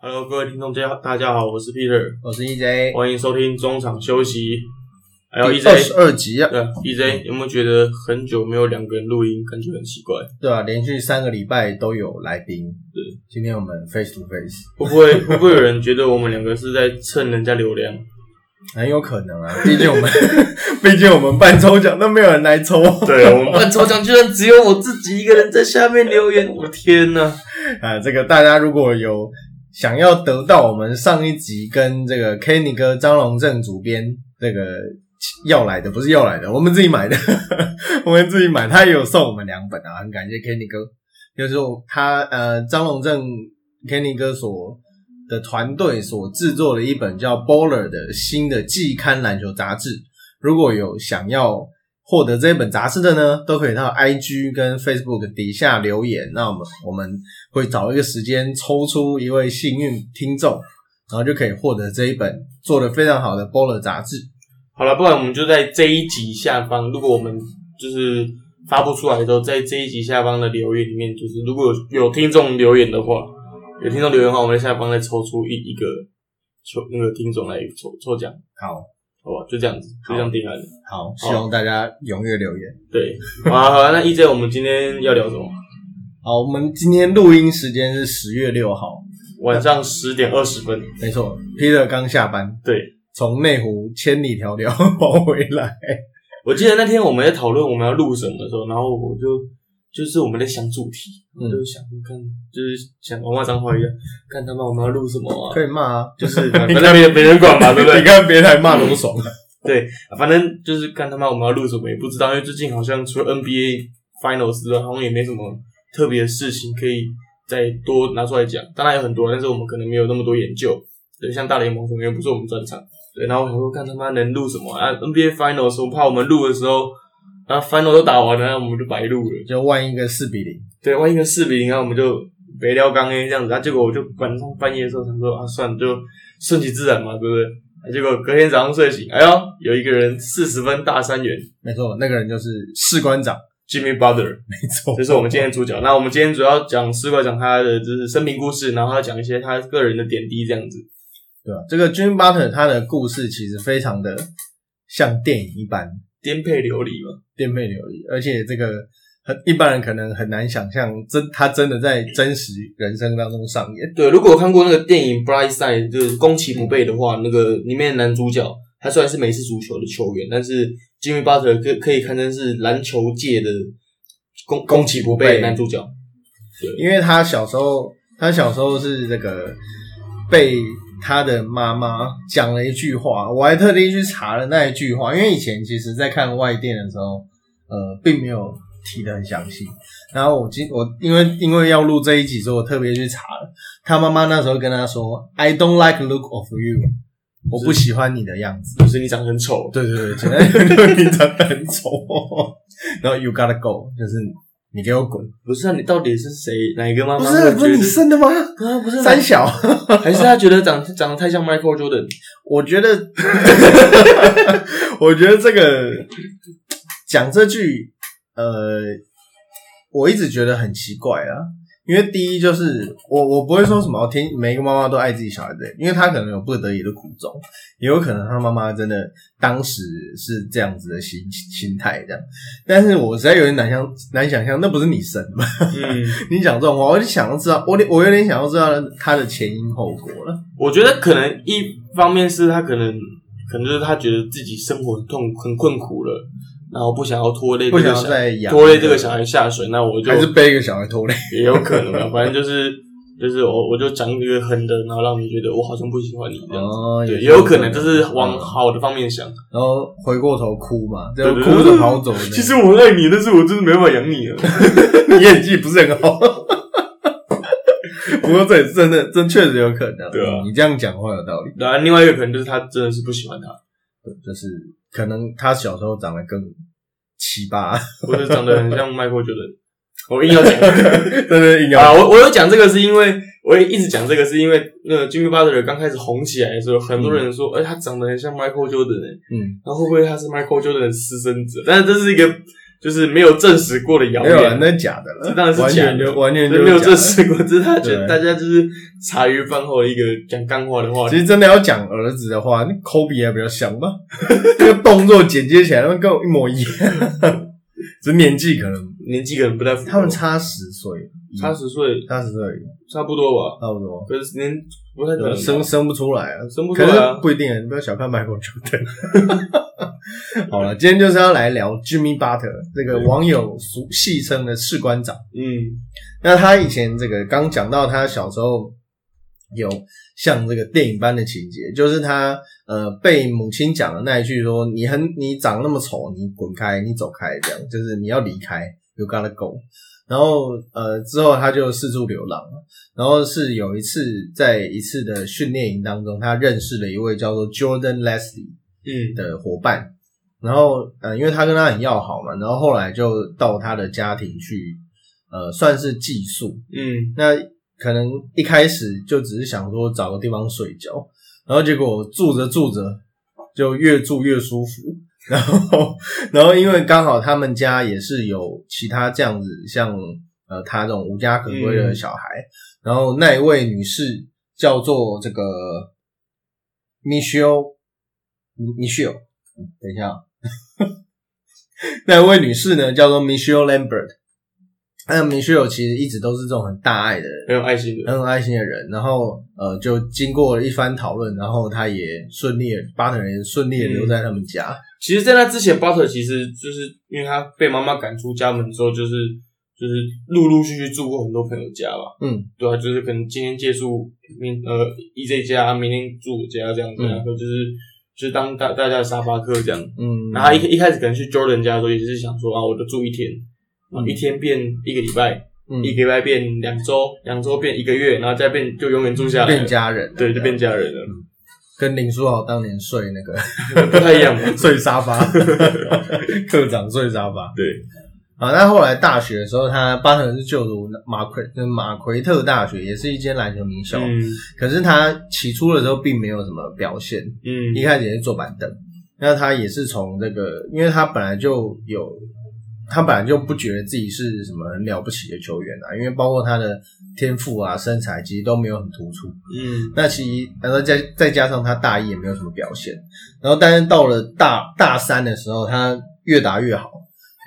Hello，各位听众家大家好，我是 Peter，我是 E EJ，欢迎收听中场休息。还有二十 EJ，二集啊，对，E EJ，有没有觉得很久没有两个人录音，感觉很奇怪？对啊，连续三个礼拜都有来宾。对，今天我们 face to face，会不会 会不会有人觉得我们两个是在蹭人家流量？很有可能啊，毕竟我们， 毕竟我们办抽奖都没有人来抽，对， 我们办抽奖居然只有我自己一个人在下面留言，我天呐！啊，这个大家如果有想要得到我们上一集跟这个 Kenny 哥张龙正主编这个要来的，不是要来的，我们自己买的， 我们自己买，他也有送我们两本啊，很感谢 Kenny 哥，就是他呃张龙正 Kenny 哥所的团队所制作的一本叫《Bowler》的新的季刊篮球杂志，如果有想要。获得这一本杂志的呢，都可以到 I G 跟 Facebook 底下留言。那我们我们会找一个时间抽出一位幸运听众，然后就可以获得这一本做的非常好的《Bowler》杂志。好了，不然我们就在这一集下方，如果我们就是发布出来之后，在这一集下方的留言里面，就是如果有有听众留言的话，有听众留言的话，我们在下方再抽出一一个抽那个听众来抽抽奖，好，好吧？就这样子，就这样定案了。好，希望大家踊跃留言。对，好啊，好啊，那 EJ，我们今天要聊什么？好，我们今天录音时间是十月六号，晚上十点二十分。没错，Peter 刚下班，对，从内湖千里迢迢跑回来。我记得那天我们在讨论我们要录什么的时候，然后我就就是我们在想主题，我嗯就想看，就是想我骂脏话一样，看他妈我们要录什么啊？可以骂啊，就是 反正没没人管嘛，对不 你对？看别人还骂多爽啊！ 对，反正就是看他妈我们要录什么也不知道，因为最近好像除了 NBA Finals 之外，好像也没什么特别的事情可以再多拿出来讲。当然有很多，但是我们可能没有那么多研究。对，像大联盟什么也不是我们专长。对，然后我想说看他妈能录什么啊？NBA Finals，我怕我们录的时候，啊 Final 都打完了，那我们就白录了。就万一个四比零，对，万一个四比零，然后我们就没撩刚 A 这样子，啊，结果我就晚上半夜的时候想说啊，算了，就顺其自然嘛，对不对？啊、结果隔天早上睡醒，哎呦，有一个人四十分大三元没错，那个人就是士官长， ，Jimmy Butler，没错这是我们今天的主角。那我们今天主要讲四个讲他的就是生平故事，然后他讲一些他个人的点滴这样子。对啊，这个 Jim Butler 他的故事其实非常的像电影一般，颠沛流离嘛，颠沛流离，而且这个很一般人可能很难想象，真他真的在真实人生当中上演。对，如果有看过那个电影《Bright Side》，就是攻其不备的话，那个里面的男主角他虽然是美式足球的球员，但是 Jimmy Butler 可可以堪称是篮球界的攻攻其不备的男主角。因为他小时候，他小时候是这个被他的妈妈讲了一句话，我还特地去查了那一句话，因为以前其实在看外电的时候，呃，并没有提的很详细。然后我今我因为因为要录这一集，所以我特别去查了。他妈妈那时候跟他说：“I don't like the look of you，我不喜欢你的样子。”就是你长得很丑，对对对，简单就是你长得很丑，然后 you gotta go，就是你给我滚！不是啊？你到底是谁？哪一个妈妈不会是觉不是得你生的吗？啊？不是三小，还是他觉得长长得太像 Michael Jordan？我觉得， 我觉得这个讲这句，呃，我一直觉得很奇怪啊。因为第一就是我我不会说什么，天每一个妈妈都爱自己小孩子，因为他可能有不得已的苦衷，也有可能他妈妈真的当时是这样子的心心态这样。但是我实在有点难想难想象，那不是你生吗？嗯， 你讲这种话，我就想要知道，我得我有点想要知道他的前因后果了。我觉得可能一方面是他可能可能就是他觉得自己生活很痛很困苦了，然后不想要拖累这不个想要小再养拖累这个小孩下水，那我就还是背一个小孩拖累。也有可能啊， 反正就是就是我我就讲一个狠的，然后让你觉得我好像不喜欢你这样子。哦对，也有可能就是往嗯好的方面想。然后回过头哭嘛，就对对哭着跑走的。其实我很爱你，但是我真的没办法养你了。 你演技不是很好， 不过这也真的真确实有可能。对啊你这样讲话有道理，然后啊另外一个可能就是他真的是不喜欢他，对就是可能他小时候长得更奇 葩，或者长得很像 Michael Jordan。我硬 要讲 真的硬要啊，我我有讲这个是因为我也一直讲这个是因为那个 Jimmy Butler 刚开始红起来的时候，很多人说，哎、他长得很像 Michael Jordan 哎、嗯，然后会不会他是 Michael Jordan 的私生子？但是这是一个，就是没有啊证实过的谣没有了，言。那假的了，这当然是完假的全就完全对就没有假的证实过，只是他觉得对大家就是茶余饭后的一个讲干话的话其实真的要讲儿子的话，那抠鼻还比较像吧， 这个动作剪接起来跟我一模一样， 只是年纪可能年纪可能不太符合。他们差十岁，差十岁差十岁差不多吧，差不多，可是年不太可能生生不出来啊，生不出可来是啊。不一定啊，你不要小看 Michael Jordan。好了， 今天就是要来聊 Jimmy Butler 这个网友俗戏称的士官长。嗯那他以前这个刚讲到他小时候有像这个电影般的情节，就是他呃被母亲讲的那一句说：“你很你长那么丑，你滚开，你走开，这样就是你要离开，you gotta go。”然后呃之后他就四处流浪了，然后是有一次在一次的训练营当中，他认识了一位叫做 Jordan Leslie 嗯的伙伴，然后呃，因为他跟他很要好嘛，然后后来就到他的家庭去，呃，算是寄宿。嗯，那可能一开始就只是想说找个地方睡觉，然后结果住着住着就越住越舒服，然后 然后因为刚好他们家也是有其他这样子像呃他这种无家可归的小孩，然后那一位女士叫做这个 Michelle Michelle，嗯等一下啊。 那一位女士呢，叫做 Michelle Lambert。那 Michelle 其实一直都是这种很大爱的人，很有爱心的。很有爱心的人，然后呃，就经过一番讨论，然后他也顺利，巴特人也顺利地留在他们家。其实，在那之前，Butter 其实就是因为他被妈妈赶出家门之后，就是就是陆陆续续住过很多朋友家吧。嗯，对啊，就是可能今天借住明呃 EJ 家，明天住我家这样子，啊嗯然后就是就是当大大家的沙发客这样。嗯，然后他一一开始可能去 Jordan 家的时候，也是想说啊，我就住一天，啊嗯一天变一个礼拜，嗯一个礼拜变两周，两周变一个月，然后再变就永远住下来了，变家嗯人了，对，就变家人了，跟林书豪当年睡那个 不太一样嘛。睡沙 发，课长睡沙发。对，啊，那后来大学的时候，他巴特人是就读马奎，就是马奎特大学，也是一间篮球名校。嗯可是他起初的时候并没有什么表现，嗯一开始也是坐板凳，那他也是从这个，因为他本来就有，他本来就不觉得自己是什么很了不起的球员啊，因为包括他的天赋啊、身材其实都没有很突出。嗯那其实，然后再再加上他大一也没有什么表现，然后但是到了大大三的时候，他越打越好，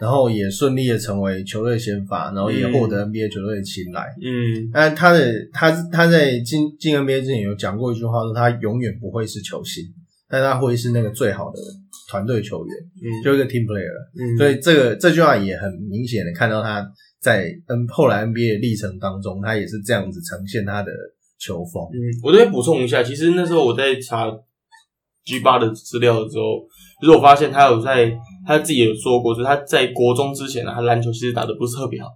然后也顺利的成为球队先发，然后也获得 NBA 球队的青睐。嗯那他的他他在进进 NBA 之前有讲过一句话，说他永远不会是球星，但他会是那个最好的团队球员，嗯，就一个 team player。嗯所以这个这句话也很明显的看到他在 N 后来 NBA 的历程当中，他也是这样子呈现他的球风。嗯，我这边补充一下，其实那时候我在查 G 八的资料的时候，就是我发现他有在他自己有说过，就是他在国中之前呢，啊他篮球其实打的不是特别好，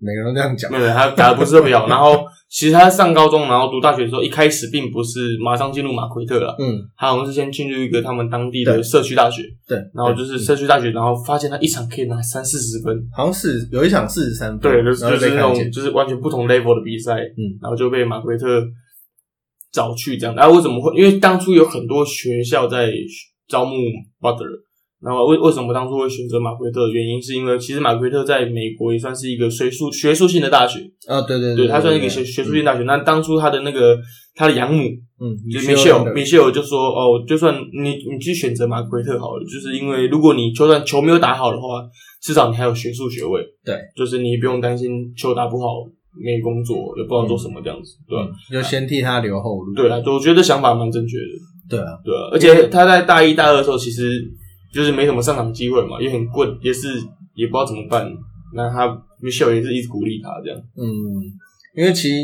每个人都这样讲没，有，没有他打的不是特别好。然后 其实他上高中，然后读大学的时候，一开始并不是马上进入马奎特了，嗯，他好像是先进入一个他们当地的对社区大学，对。然后嗯就是社区大学，然后发现他一场可以拿三四十分，好像是有一场四十三分，对，就是然后就被是那看种见，就是完全不同 level 的比赛，嗯，然后就被马奎特找去这样。哎然后为什么会？因为当初有很多学校在招募 Butler，然后为为什么当初会选择马奎特？原因是因为其实马奎特在美国也算是一个学术学术性的大学，啊，对对对，对，它算是一个学学术性大学。那当初他的那个他的养母嗯，就米是米歇歇尔尔，米歇尔就说哦，就算你你去选择马奎特好了，就是因为如果你就算球没有打好的话，至少你还有学术学位，对，就是你不用担心球打不好没工作，也不知道做什么这样子，对吧、嗯就先替他留后路，对啊，我觉得想法蛮正确的，对啊，对啊，而且他在大一大二的时候其实就是没什么上场机会嘛，也很困，也是也不知道怎么办，那他米歇尔也是一直鼓励他这样，嗯，因为其实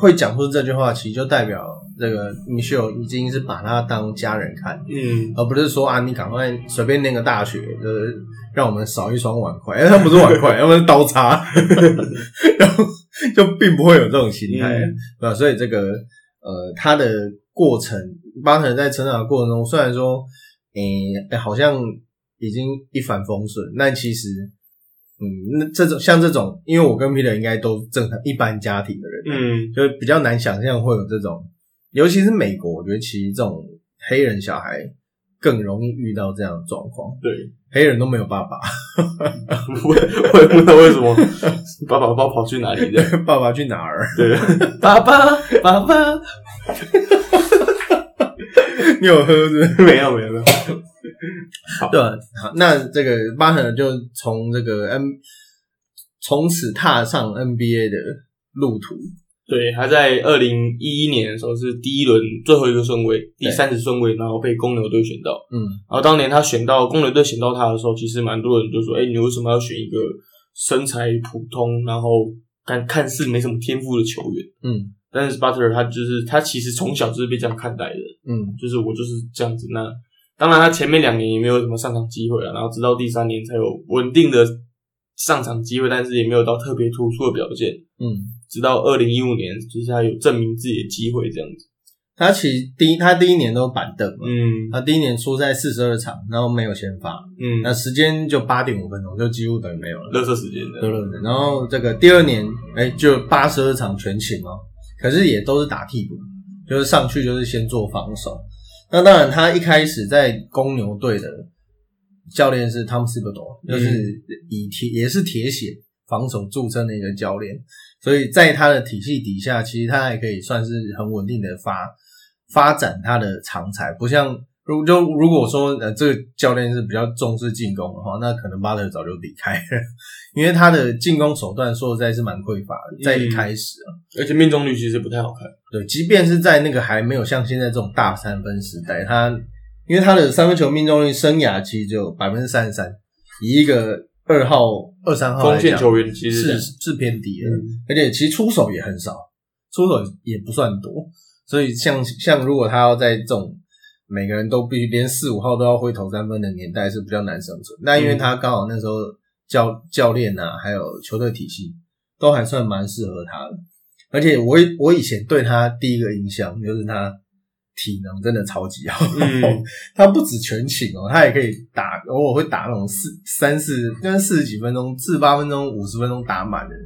会讲出这句话，其实就代表这个米秀已经是把他当家人看，嗯，而不是说啊，你赶快随便念个大学，就是让我们少一双碗 筷，哎，他不是碗筷，要不然是刀叉，然后就并不会有这种心态，啊嗯对吧？所以这个呃，他的过程，巴特在成长的过程中，虽然说，诶、哎好像已经一帆风顺，但其实。嗯，那这种像这种，因为我跟 Peter 应该都正常一般家庭的人，嗯就比较难想象会有这种，尤其是美国，我觉得其实这种黑人小孩更容易遇到这样的状况。对，黑人都没有爸爸， 我我也不知道为什么爸爸不知道跑去哪里 的。爸爸去哪儿？ 对，爸爸爸爸，你有喝是 不是？没有没有没有，对，好，那这个巴特勒就从这个 N，从此踏上 NBA 的路途。对，他在二零一一年的时候是第一轮最后一个顺位，第对三十顺位，然后被公牛队选到。嗯，然后当年他选到公牛队选到他的时候，其实蛮多人就说：“哎、你为什么要选一个身材普通，然后看看似没什么天赋的球员？”嗯但是 Butler 他就是他其实从小就是被这样看待的，嗯就是我就是这样子。那当然他前面两年也没有什么上场机会啊，然后直到第三年才有稳定的上场机会，但是也没有到特别突出的表现。嗯，直到二零一五年，就是他有证明自己的机会这样子。他其实第一，他第一年都板凳嘛，嗯他第一年出赛四十二场，然后没有先发，嗯，那时间就八点五分钟，就几乎等于没有了。热射时间的，对对对，然后这个第二年，哎、就八十二场全勤哦，可是也都是打替补，就是上去就是先做防守。那当然，他一开始在公牛队的教练是汤姆斯伯多，就是以铁也是铁血防守著称的一个教练，所以在他的体系底下，其实他还可以算是很稳定的发发展他的长才，不像。如就如果说呃这个教练是比较重视进攻的话，那可能巴特早就离开了， 因为他的进攻手段说实在是蛮匮乏的，在嗯一开始啊，而且命中率其实不太好看。对，即便是在那个还没有像现在这种大三分时代，他因为他的三分球命中率生涯其实只有百分之三十三，以一个二号、二三号锋来线讲球员其实这是样是偏低的，嗯而且其实出手也很少，出手也不算多，所以像像如果他要在这种每个人都必须连四五号都要会投三分的年代是比较难生存。那嗯因为他刚好那时候教教练啊，还有球队体系都还算蛮适合他的，而且我以我以前对他第一个印象就是他体能真的超级好，嗯 他不止全勤哦，他也可以打，偶尔会打那种四三四，就是四十几分钟、四十八分钟、五十分钟打满的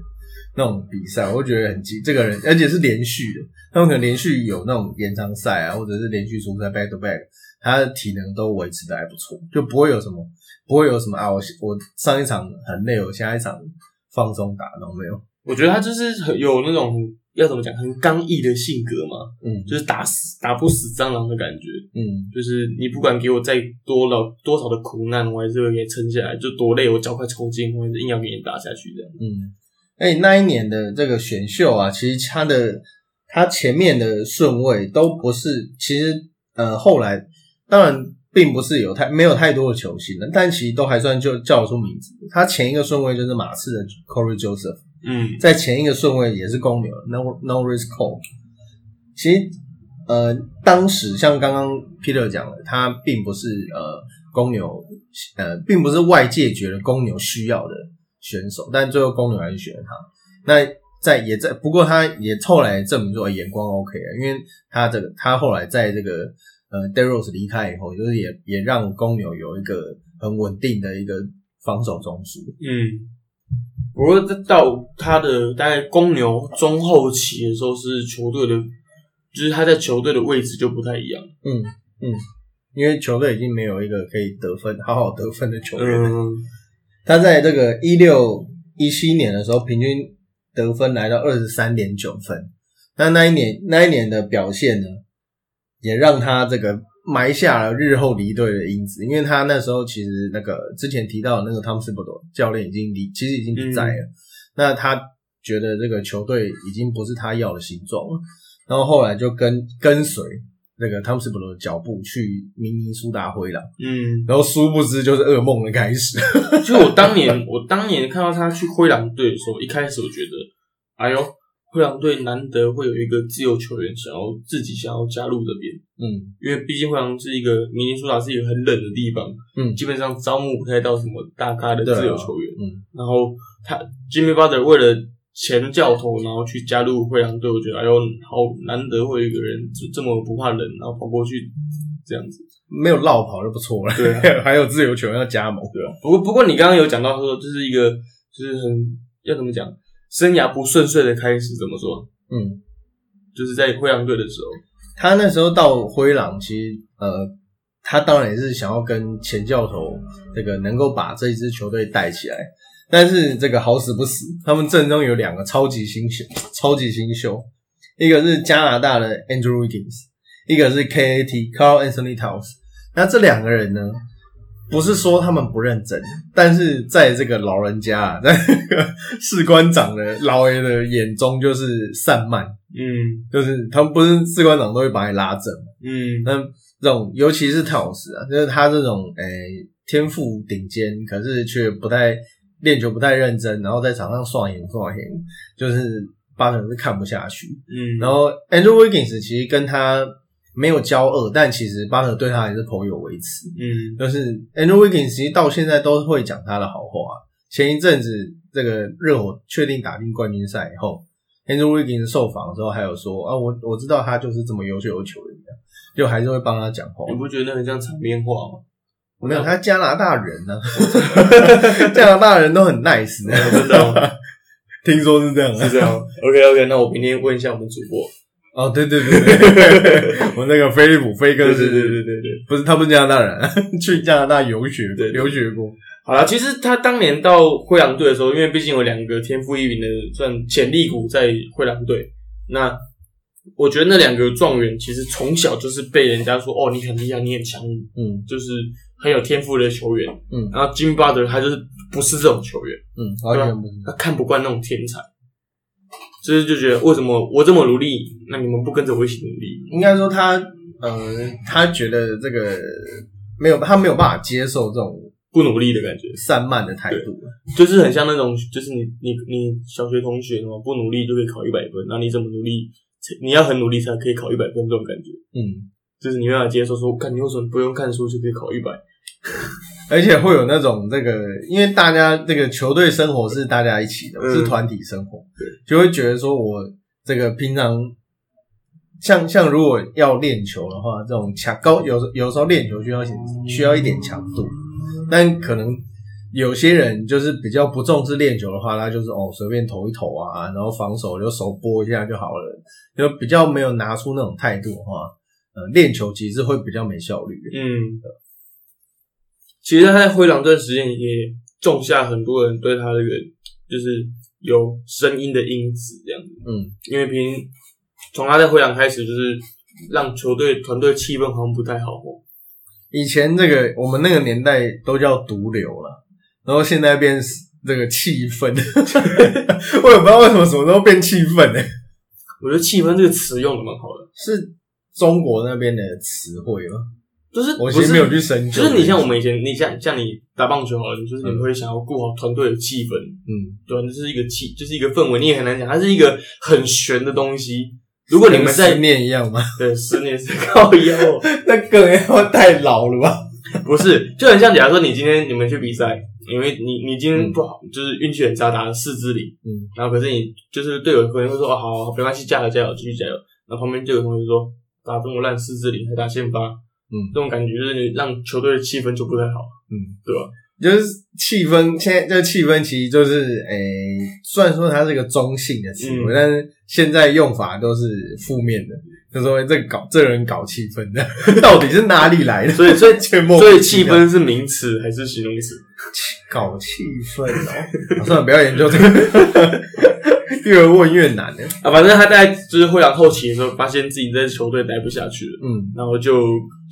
那种比赛，我就觉得很激。这个人而且是连续的，他们可能连续有那种延长赛啊，或者是连续出赛 back to back，他的体能都维持的还不错，就不会有什么不会有什么啊，我我上一场很累，我下一场放松打都没有。我觉得他就是很有那种要怎么讲，很刚毅的性格嘛，嗯就是打死打不死蟑螂的感觉。嗯就是你不管给我再多了多少的苦难，我还是会给你撑下来。就多累，我脚快抽筋，我还是硬要给你打下去这样。嗯，哎、那一年的这个选秀啊，其实他的他前面的顺位都不是，其实呃后来当然并不是有太没有太多的球星了，但其实都还算就叫得出名字。他前一个顺位就是马刺的 Corey Joseph，嗯在前一个顺位也是公牛 No Norris Cole。其实呃，当时像刚刚 Peter 讲的，他并不是呃公牛呃，并不是外界觉得公牛需要的选手，但最后公牛还是选了他。那在也在，不过他也后来证明说哎眼光 OK 了，因为他这个他后来在这个呃 d e r r o s 离开以后，就是也也让公牛有一个很稳定的一个防守中枢。嗯。不过这到他的大概公牛中后期的时候，是球队的，就是他在球队的位置就不太一样。嗯，嗯，因为球队已经没有一个可以得分、好好得分的球员了。嗯，他在这个一六一七年的时候，平均得分来到二十三点九分。那那一年那一年的表现呢，也让他这个埋下了日后离队的因子，因为他那时候其实那个之前提到的那个汤姆斯伯多教练已经离，其实已经不在了。那他觉得这个球队已经不是他要的形状了，然后后来就跟跟随那个汤姆斯伯多的脚步去明尼苏达灰狼，嗯，然后殊不知就是噩梦的开始。就我当年， 我当年看到他去灰狼队的时候，一开始我觉得，哎呦，灰狼队难得会有一个自由球员想要自己想要加入这边，嗯，因为毕竟灰狼是一个明尼苏达是一个很冷的地方，嗯基本上招募不太到什么大咖的对啊自由球员。嗯然后他 Jimmy Butler 为了前教头，然后去加入灰狼队，我觉得哎呦，好难得会有一个人就这么不怕冷，然后跑过去这样子。，没有绕跑就不错了。对啊啊 还有自由球员要加盟。对不过不过你刚刚有讲到说，这是一个就是很要怎么讲，生涯不顺遂的开始，怎么说？嗯，就是在灰狼队的时候，他那时候到灰狼，其实呃，他当然也是想要跟钱教头这个能够把这一支球队带起来。但是这个好死不死，他们阵中有两个超级新秀，超级新秀，一个是加拿大的 Andrew Wiggins，一个是 KAT Carl Anthony Towns。那这两个人呢，不是说他们不认真，但是在这个老人家、啊，在这个士官长的老爷的眼中就是散漫，嗯就是他们不是士官长都会把你拉正嘛。嗯那这种尤其是泰老师啊，就是他这种诶、天赋顶尖，可是却不太练球不太认真，然后在场上耍眼耍眼，就是八成是看不下去。嗯，然后 Andrew Wiggins 其实跟他没有交恶，但其实巴特对他还是颇有微词。嗯就是 Andrew Wiggins 其实到现在都会讲他的好话。啊前一阵子这个热火确定打进冠军赛以后，Andrew Wiggins 受访的时候还有说啊，我我知道他就是这么优秀的球员，就还是会帮他讲话。你不觉得很像场面话吗？ 没有，他加拿大人呢、 加拿大人都很 nice 的，真的哦听说是这样、啊。是这样。OK OK，那 我明天问一下我们主播。哦，对对对对， 我那个飞利浦飞哥对是，对对对对对。不是他不是加拿大人，啊 去加拿大游学对对留学过。好了，其实他当年到灰狼队的时候，因为毕竟有两个天赋异禀的算潜力股在灰狼队，那我觉得那两个状元其实从小就是被人家说哦，你很厉害，你很强，嗯就是很有天赋的球员。嗯然后 Jim Butler 他就是不是这种球员，嗯，完啊全不是。他看不惯那种天才，就是就觉得为什么我这么努力，那你们不跟着我一起努力？应该说他呃，他觉得这个没有他没有办法接受这种不努力的感觉，散漫的态度。就是很像那种，就是你你你小学同学哦，不努力就可以考一百分，那你怎么努力？你要很努力才可以考一百分，这种感觉，嗯，就是你没办法接受说，看你为什么不用看书就可以考一百？而且会有那种这个，因为大家这个球队生活是大家一起的，嗯是团体生活，就会觉得说我这个平常。像像如果要练球的话，这种强高有时有时候练球需要一些需要一点强度，但可能有些人就是比较不重视练球的话，他就是哦随便投一投啊，然后防守就手拨一下就好了，就比较没有拿出那种态度的话，呃，练球其实会比较没效率。嗯，其实他在灰狼这段时间也种下很多人对他这个就是有声音的因子这样子，嗯因为毕竟从他在灰狼开始就是让球队团队气氛好像不太好哦，以前这个我们那个年代都叫毒瘤了，然后现在变这个气氛， 我也不知道为什么什么时候变气氛呢、我觉得气氛这个词用的蛮好的，是中国那边的词汇吗？就是我不其是实没嗯有去深究。就是你像我们以前，你像像你打棒球好了，你就是你会想要顾好团队的气氛，嗯，对吧、这是一个气，就是一个氛围，你也很难讲，它是一个很玄的东西。如果你们跟思在念一样吗？ 对十年是靠腰，那梗要太老了吧？不是，就很像假如说你今天你们去比赛，因为你你今天嗯不好，就是运气很差，打了四支零，嗯，然后可是你就是队友可能会说哦，好好，没关系，加油加油，继续加油。然后旁边就有同学说打这么烂四支零还打先发，嗯这种感觉就是你让球队的气氛就不太好，嗯，对吧？就是气氛，现在这个气氛其实就是诶、虽然说它是一个中性的词汇，嗯但是现在用法都是负面的，就说这个搞这人搞气氛的， 到底是哪里来的？所以所 以切莫所以气氛是名词还是形容词？搞气氛 哦，算了，不要研究这个， 越问越难了。啊，反正他在就是灰狼后期的时候，发现自己在球队待不下去了，嗯然后就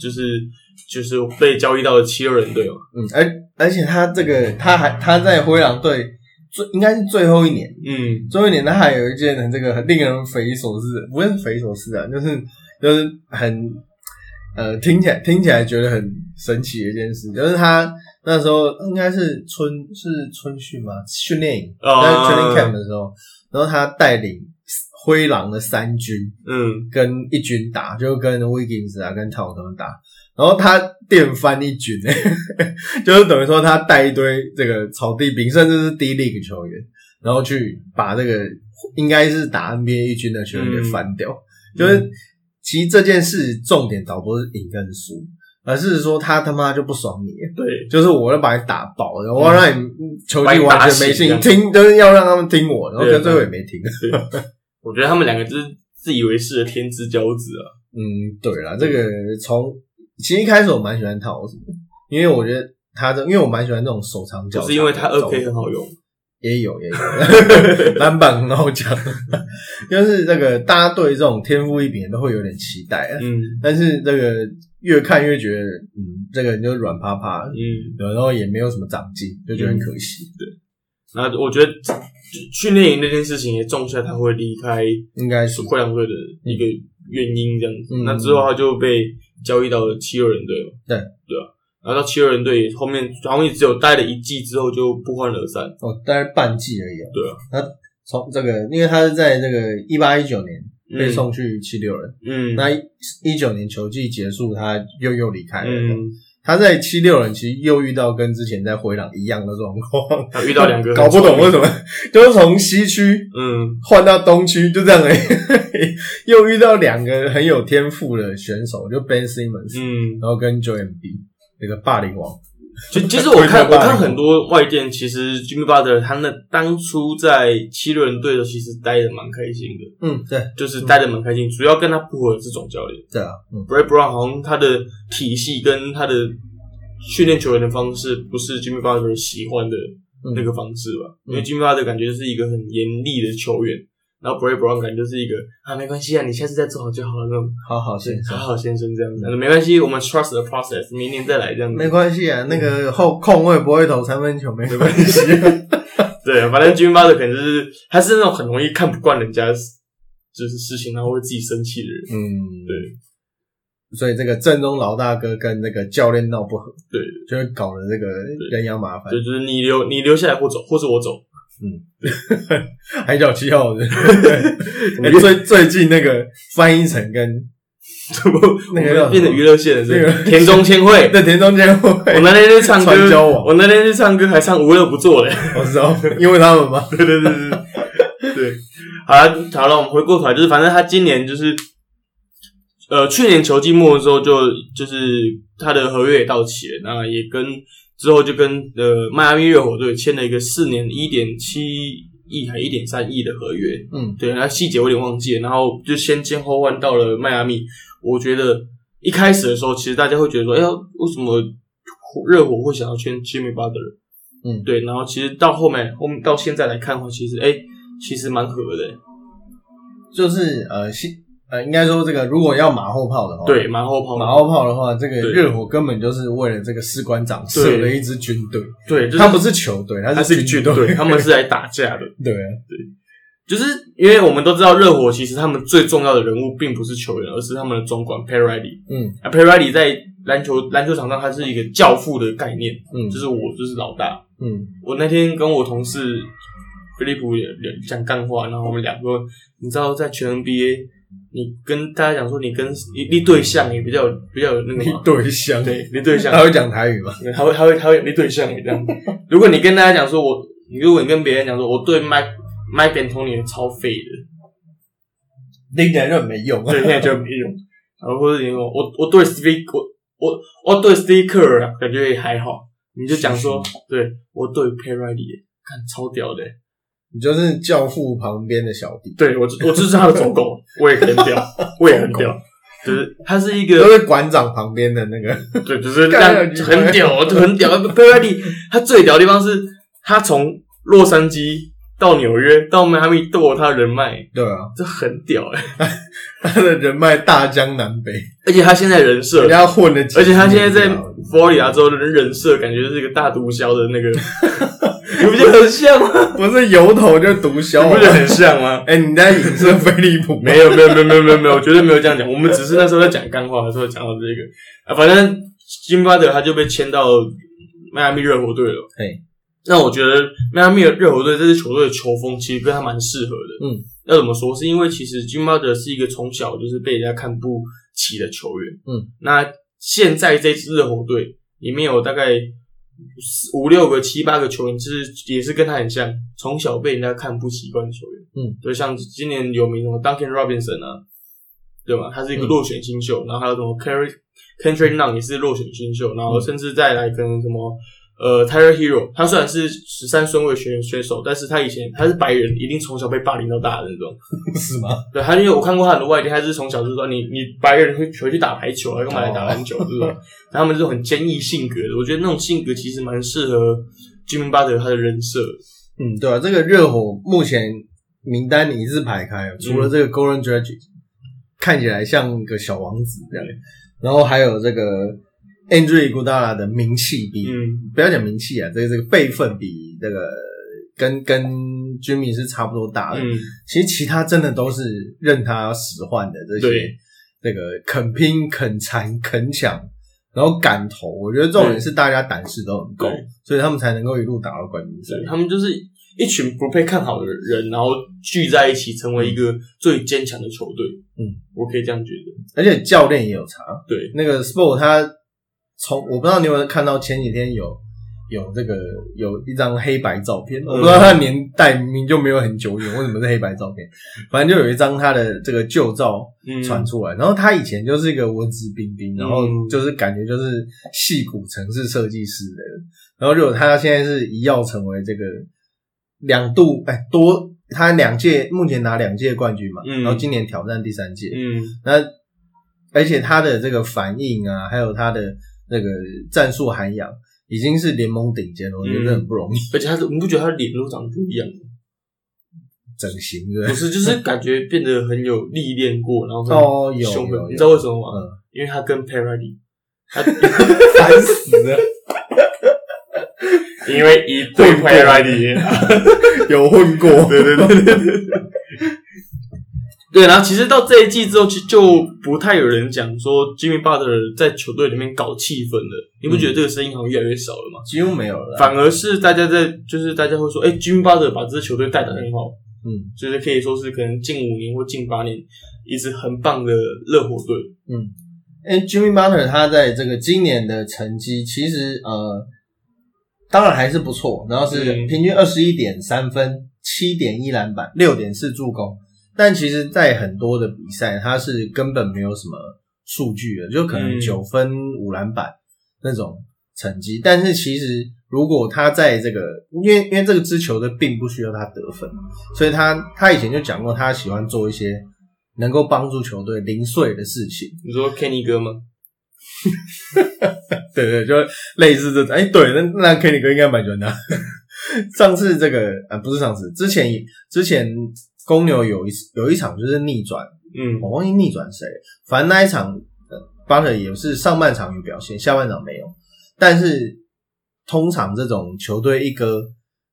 就是就是被交易到了七六人队嘛。嗯，而而且他这个他还他在灰狼队最应该是最后一年。嗯最后一年他还有一件很这个很令人匪夷所思的，不是匪夷所思啊，就是就是很呃听起来听起来觉得很神奇的一件事，就是他那时候应该是春是春训吗？训练营在啊 training camp 的时候，然后他带领灰狼的三军嗯，跟一军打，就跟 Wiggins 啊跟 t o 他们打。然后他电翻一军、欸 就是等于说他带一堆这个草地兵，甚至是 D League 球员，然后去把这个应该是打 NBA 一军的球员给翻掉。嗯就是其实这件事重点倒不是赢跟输，而是说他他妈就不爽你，欸对，就是我要把你打爆，然后我要让你球技完全没把信嗯你打听，就是要让他们听我，然后对跟最后也没听。我觉得他们两个就是自以为是的天之骄子啊。嗯，对啦，这个从其实一开始我蛮喜欢桃子的，因为我觉得他的，因为我蛮喜欢那种手长就脚长的，是因为它二 K 啊这种很好 用，也有也有， 篮板很好讲，就是这个大家对这种天赋异禀的都会有点期待啊。嗯但是这个越看越觉得，嗯，这个人就是软趴趴的，嗯。然后也没有什么长进，就觉得很可惜。那我觉得训练营那件事情也种下他会离开应该是快良队的一个原因，这样子。嗯那之后他就被交易到了七六人队嘛，对对啊。然后到七六人队后面好像也只有待了一季之后就不欢而散，哦，大概半季而已、哦。对啊，那从这个，因为他是在这个一八一九年被嗯送去七六人，嗯那一九年球季结束，他又又离开了。嗯，他在七六人其实又遇到跟之前在灰狼一样的状 况，他遇到 两个搞不懂为很什么，就是从西区嗯换到东区，就这样而已。 又遇到两个很有天赋的选手，就 Ben Simmons，、嗯，然后跟 Joel m b 那个霸凌王，其 其实我看我回到大联看盟很多外电，其实 Jimmy Butler 他那当初在七六人队的时候其实待的蛮开心的，嗯，对就是待的蛮开心，主要跟他不合的是总教练。对啊，嗯 Brad Brown 好像他的体系跟他的训练球员的方式，不是 Jimmy Butler 喜欢的那个方式吧？嗯因为 Jimmy Butler 感觉就是一个很严厉的球员，然后 Brad Brown 感觉就是一个啊没关系啊，你下次再做好就好了那种，好好先生好。好先生这样子，嗯没关系，我们 trust the process，明年再来这样没子。关系啊，那个后控卫不会投三分球没关系。 对，反正 Jimmy Butler 可能就是他是那种很容易看不惯人家就是事情，然后会自己生气的人。嗯，对，所以这个正宗老大哥跟这个教练闹不和，对，就会搞得这个人仰马翻就，就是你留你留下来或走，或者我走。海角 七号的。哎最最近那个翻译成跟怎么我 那个叫什么们 变成娱乐线了？那个是田中千惠，那田中间会，我那天去唱传交歌，往我那天去唱歌还唱无乐不作嘞。我知道，因为他们嘛， 对对对对对，对 好了好了，我们回过头来，就是反正他今年就是，呃，去年球季末的时候就就是他的合约也到期了，那也跟之后就跟呃迈阿密热火队签了一个四年一点七亿还一点三亿的合约，嗯，对，那细节我有点忘记了，然后就先先后换到了迈阿密。我觉得一开始的时候，其实大家会觉得说，哎、呀，为什么热火会想要签 Jimmy Butler？嗯对。然后其实到后面，后面到现在来看的话，其实哎、其实蛮合的、哦就是呃，西呃，应该说这个如果要马后炮的话，对，蛮后跑，马后炮的话，这个对热火根本就是为了这个士官长对设了一支军队，对，就是他不是球队，他他是一个军军队，他们是来打架的。对啊，就是因为我们都知道，热火其实他们最重要的人物并不是球员，而是他们的总管 p e r r i d y 嗯啊 p e r r i d y 在篮球篮球场上，他是一个教父的概念，嗯就是我就是老大。嗯，我那天跟我同事菲利普也也讲干话，然后我们两个，你知道在全 NBA，你跟大家讲说你跟你你对象也比较有比较有那个你嘛，对象，对，你对象他，会讲台语吗？他会他会他会有你对象你这样。如果你跟大家讲说我，你如果你跟别人讲说我对 Mike Mike and Tony 超废的，听起来就很没用啊对，现在就没用。然后或者你说我我对 Steve 我我我对 Steve Kerr 啊感觉也还好，你就讲说对我对 Perry 看超屌的、你 就是教父旁边的小弟，对我就，我就是他的走狗，我也很屌，我也很屌，就是他是一就个，是馆长旁边的那个，对，就是干让掉你很屌，就很屌。贝瑞利他最屌的地方是，他从洛杉矶到纽约到迈阿密都有他的人脉，对啊，这很屌哎、他的人脉大江南北，而且他现在人设人，家混了几十而且年了，他现在在佛罗里达州的人设，感觉就是一个大毒枭的那个， 你不觉得很像吗？不是油头就毒枭你不觉得吗？很像吗？哎，你在影射菲利 普吗？没有没有没有没有没有没有，我绝对没有这样讲。我们只是那时候在讲干话的时候讲到这个啊，反正金巴德他就被签到迈阿密热火队了。嘿，那我觉得迈阿密热火队这支球队的球风其实跟他蛮适合的。嗯，要怎么说？是因为其实金巴德是一个从小就是被人家看不起的球员。嗯，那现在这支热火队里面有大概四五六个、七八个球员，就是也是跟他很像，从小被人家看不习惯的球员。嗯，对，像今年有名什么 Duncan Robinson 啊，对吧？他是一个嗯落选新秀，然后还有什么 Carry Kendrick Nunn 也是落选新秀，然后甚至再来可能什么呃 t y r e Hero，他虽然是十三顺位选选手，但是他以前他是白人，一定从小被霸凌到大的那种。是吗？对，他因为我看过他很多外地，他是从小就说你你白人会回去打排球啊，干嘛来打篮球这种，然后他们这种很坚毅性格的，我觉得那种性格其实蛮适合吉明巴德他的人设。 嗯，对啊，这个热火目前名单你一字排开，除了这个 Golden Drag，、看起来像个小王子这样，然后还有这个 Andre Iguodala 的名气比，嗯不要讲名气啊，这个这个辈分比这个跟跟 Jimmy 是差不多大的。嗯，其实其他真的都是任他使唤的这些对，这个肯拼、肯缠、肯抢，然后敢投。我觉得重点是大家胆识都很够对，所以他们才能够一路打到冠军赛。对他们就是一群不被看好的人，然后聚在一起成为一个最坚强的球队。嗯，我可以这样觉得。而且教练也有查，对，那个 Sport 他从我不知道你有没有看到前几天有有这个有一张黑白照片，我不嗯知道他的年代明明就没有很久远，为什么是黑白照片？反正就有一张他的这个旧照嗯，传出来，然后他以前就是一个文质彬彬，然后嗯就是感觉就是戏骨城市设计师的人，然后就有他现在是一要成为这个两度哎多。他两届目前拿两届冠军嘛，嗯然后今年挑战第三届，嗯那而且他的这个反应啊，还有他的那个战术涵养，已经是联盟顶尖了，我觉得很不容易。而且他的，你不觉得他的脸都长得不一样吗？整形对不不 对？是，就是感觉变得很有历练过，然后很哦，有凶狠有，你知道有，为什么吗？嗯因为他跟 Parody，他烦死了，因为一对 Parody， 有混过，对对对对，然后其实到这一季之后，就就不太有人讲说 Jimmy Butler 在球队里面搞气氛了，你不觉得这个声音好像越来越少了吗？ 几乎没有了啦。反而是大家在，就是大家会说，哎、j i m m y Butler 把这支球队带得很好，嗯就是可以说是可能近五年或近八年一支很棒的热火队。嗯，哎，Jimmy Butler 他在这个今年的成绩，其实呃，当然还是不错，然后是嗯平均二十一点三分，七点一篮板，六点四助攻。但其实，在很多的比赛，他是根本没有什么数据的，就可能嗯九分五篮板那种成绩。但是其实，如果他在这个，因为因为这个支球队并不需要他得分，所以他他以前就讲过，他喜欢做一些能够帮助球队零碎的事情。你说 Kenny 哥吗？对对，就类似这种。哎，对，那那 Kenny 哥应该蛮喜欢他。 上次这个啊，不是上次，之前之前公牛有一次有一场就是逆转，嗯我忘记逆转谁，反正那一场呃巴特也是上半场有表现，下半场没有。但是通常这种球队一哥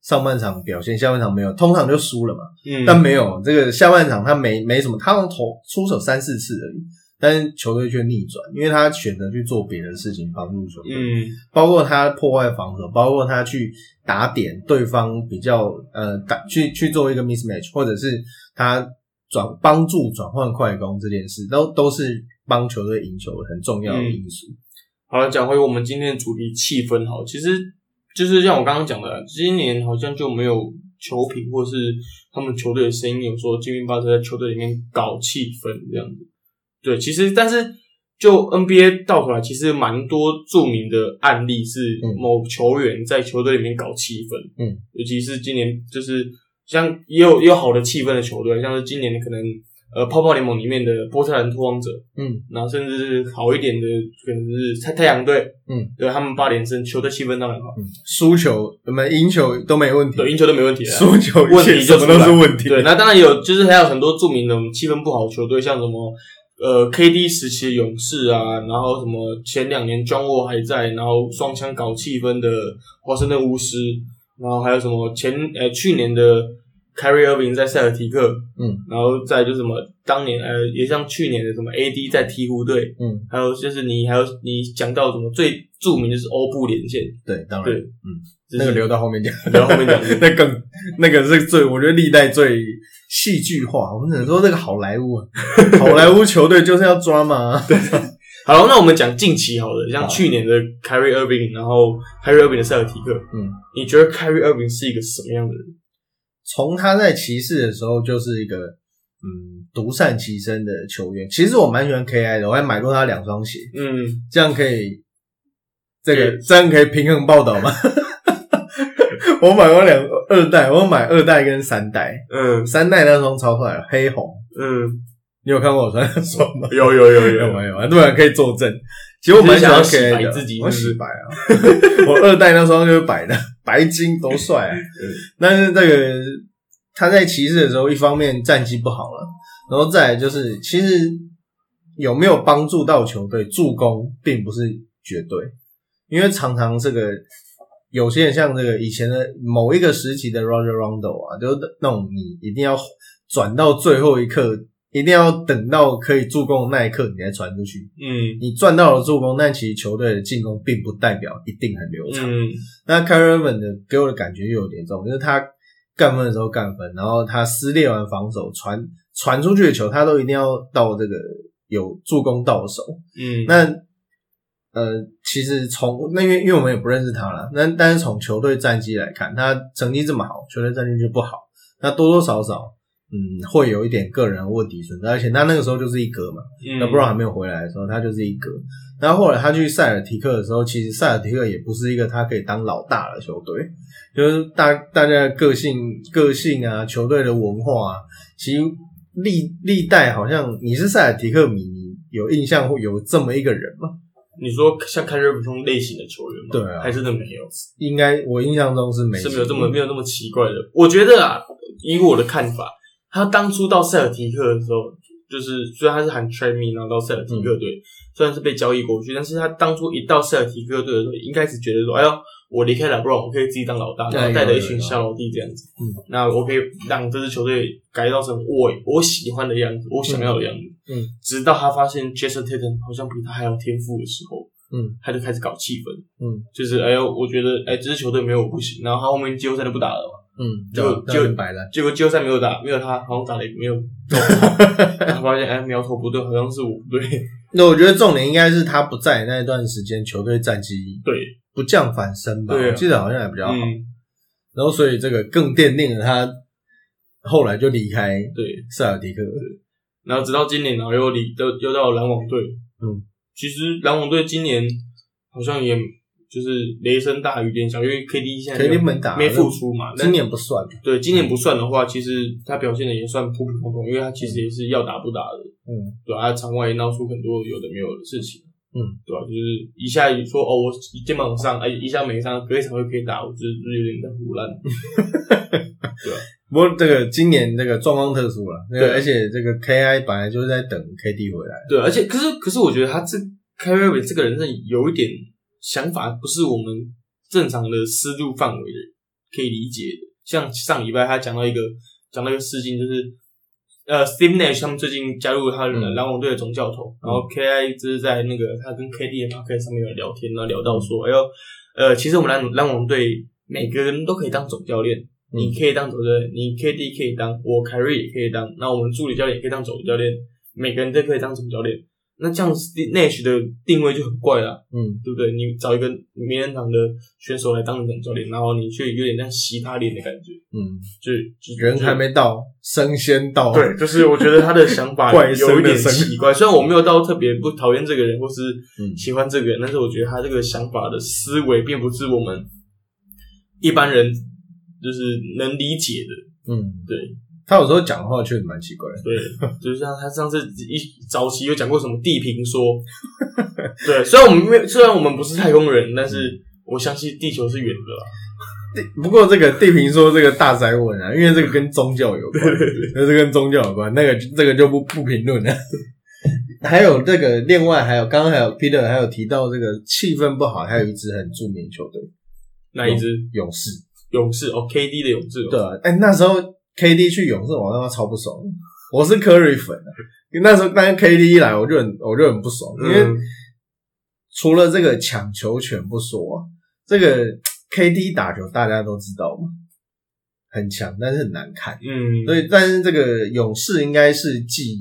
上半场表现，下半场没有，通常就输了嘛。嗯，但没有这个下半场他没没什么，他好像投出手三四次而已，但是球队却逆转，因为他选择去做别的事情帮助球队。嗯包括他破坏防守，包括他去打点对方比较呃打去去做一个 mismatch，或者是他转帮助转换快攻这件事，都都是帮球队赢球很重要的因素。好了，讲回我们今天的主题气氛好，其实就是像我刚刚讲的，今年好像就没有球评或是他们球队的声音有说金明巴特在球队里面搞气氛这样子。对，其实但是就 NBA 到头来，其实蛮多著名的案例是嗯某球员在球队里面搞气氛，嗯，尤其是今年就是像也有也有好的气氛的球队，像是今年可能呃泡泡联盟里面的波特兰拓荒者，嗯然后甚至是好一点的，可能是太太阳队，嗯，对他们八连胜，球队气氛当然好，嗯，输球我们赢球都没问题，对赢球都没问题啊。输球一问切题什就么出来都是问题。对，那当然有，就是还有很多著名的气氛不好的球队，像什么呃 KD 时期的勇士啊，然后什么前两年 John Wall 还在，然后双枪搞气氛的华盛顿巫师，然后还有什么前呃去年的 Kyrie Irving 在塞尔提克，嗯，然后再就是什么当年呃也像去年的什么 AD 在鹈鹕队，嗯，还有就是你还有你讲到什么最著名的是欧布连线，对，当然对，嗯，就是那个留到后面讲， 留到后面讲那更那个是最，我觉得历代最戏剧化。我们只能说这个好 莱坞啊，好莱坞球队就是要抓嘛。对，好，那我们讲近期好了，好像去年的 Kyrie Irving，然后 Kyrie Irving 的塞尔提克，嗯，你觉得 Kyrie Irving 是一个什么样的人？从他在骑士的时候就是一个嗯独善其身的球员。其实我蛮喜欢 KI 的，我还买过他两双鞋，嗯，这样可以这个对这样可以平衡报道吗？ 我买过两二代，我买二代跟三代，嗯三代那双超帅，啊黑红。嗯，你有看过我穿那双 吗？有有有有有有，没有啊？对啊，可以作证。其实我蛮要给你是想要洗白自己我是不是洗白啊， 我二代那双就是白的，白金多帅啊！但是这个他在骑士的时候，一方面战绩不好了，然后再来就是其实有没有帮助到球队助攻，并不是绝对，因为常常这个有些人像这个以前的某一个时期的 Roger Rondo 啊，就是那种你一定要转到最后一刻，一定要等到可以助攻的那一刻你才传出去。嗯你赚到了助攻，但其实球队的进攻并不代表一定很流畅。嗯那 c a r r m a n 的给我的感觉又有点这种，就是他干分的时候干分，然后他撕裂完防守传传出去的球，他都一定要到这个有助攻到手。嗯，那呃，其实从那因为因为我们也不认识他了，那但是从球队战绩来看，他成绩这么好，球队战绩就不好，那多多少少嗯会有一点个人问题存在，而且他那个时候就是一哥嘛，嗯那布朗还没有回来的时候，他就是一哥。然后后来他去塞尔提克的时候，其实塞尔提克也不是一个他可以当老大的球队，就是大大家的个性、个性啊，球队的文化啊，其实历历代好像你是塞尔提克迷，你有印象会有这么一个人吗？你说像凯瑞不同类型的球员吗？对啊还真的没有，应该我印象中是没是没有这么没有那么奇怪的。我觉得啊，以我的看法，他当初到塞尔提克的时候，就是虽然他是喊 t r a m e 然后到塞尔提嗯克队，虽然是被交易过去，但是他当初一到塞尔提克队的时候，应该是觉得说，哎呦，我离开了布朗，我可以自己当老大，对然后带着一哎有有群有小老弟这样子，嗯，那我可以让这支球队改造成我我喜欢的样子，我想要的样子，嗯嗯，直到他发现 Jason Tatum 好像比他还有天赋的时候，嗯，他就开始搞气氛。嗯就是哎呦，我觉得哎，这支球队没有我不行。然后他后面季后赛都不打了嘛，嗯，就就就就白了，结果季后赛没有打，没有他，好像打的也没有中。 然后发现哎，苗头不对，好像是我不对。 那我觉得重点应该是他不在那段时间，球队战绩对，不降反升吧？对啊我记得好像还比较好。嗯，然后所以这个更奠定了他后来就离开对。塞尔提克。然后直到今年，然后又离又又到篮网队。嗯，其实篮网队今年好像也就是雷声大雨点小，因为 KD 现在没有 KD 没打没付出嘛。今但年不算，对今年不算的话，其实他表现的也算普普通通，因为他其实也是要打不打的。嗯对啊，场外也闹出很多有的没有的事情，嗯，对吧、就是一下说哦，我肩膀上，哎，一下没上，隔一场就可以打，我就是就是有点在胡乱。不过这个今年这个状况特殊了，那个对啊而且这个 KI 本来就是在等 KD 回来，对，而且可是可是我觉得他这 c a r r y 这个人真的有一点想法，不是我们正常的思路范围的可以理解的。像上礼拜他讲到一个讲到一个事情，就是呃，Steve Nash 他们最近加入他的嗯篮网队的总教头，然后 KI 就是在那个他跟 KD 的 p o d 上面有聊天，然后聊到说，哎呦，呃，其实我们篮篮网队每个人都可以当总教练。嗯你可以当总教练，你 KD 可以当，我凯瑞也可以当，那我们助理教练也可以当总教练，每个人都可以当总教练。那这样子 Nash 的定位就很怪啦、嗯，对不对？你找一个名人堂的选手来当你总教练，然后你却有点像洗他脸的感觉，嗯，就就人还没到，生先到，对，就是我觉得他的想法 怪声的有一点声奇怪。虽然我没有到特别不讨厌这个人或是嗯喜欢这个人，但是我觉得他这个想法的思维并不是我们一般人就是能理解的。嗯，对，他有时候讲话确实蛮奇怪的，对，就是像他上次一早期有讲过什么地平说，对，虽然我们没有，虽然我们不是太空人，但是我相信地球是圆的啦。地不过这个地平说这个大宅文啊，因为这个跟宗教有关，那是跟宗教有关，那个这个就不不评论了。 还有这个，另外还有刚刚还有 Peter 还有提到这个气氛不好，还有一支很著名球队那一支勇士，勇士哦，KD 的勇士哦，对啊，哎、那时候 KD 去勇士，我他妈超不爽，我是 Curry 粉啊，那时候但是 KD 一来，我就很我就很不爽，因为嗯除了这个抢球权不说、啊，这个 KD 打球大家都知道嘛，很强，但是很难看。嗯，所以，但是这个勇士应该是继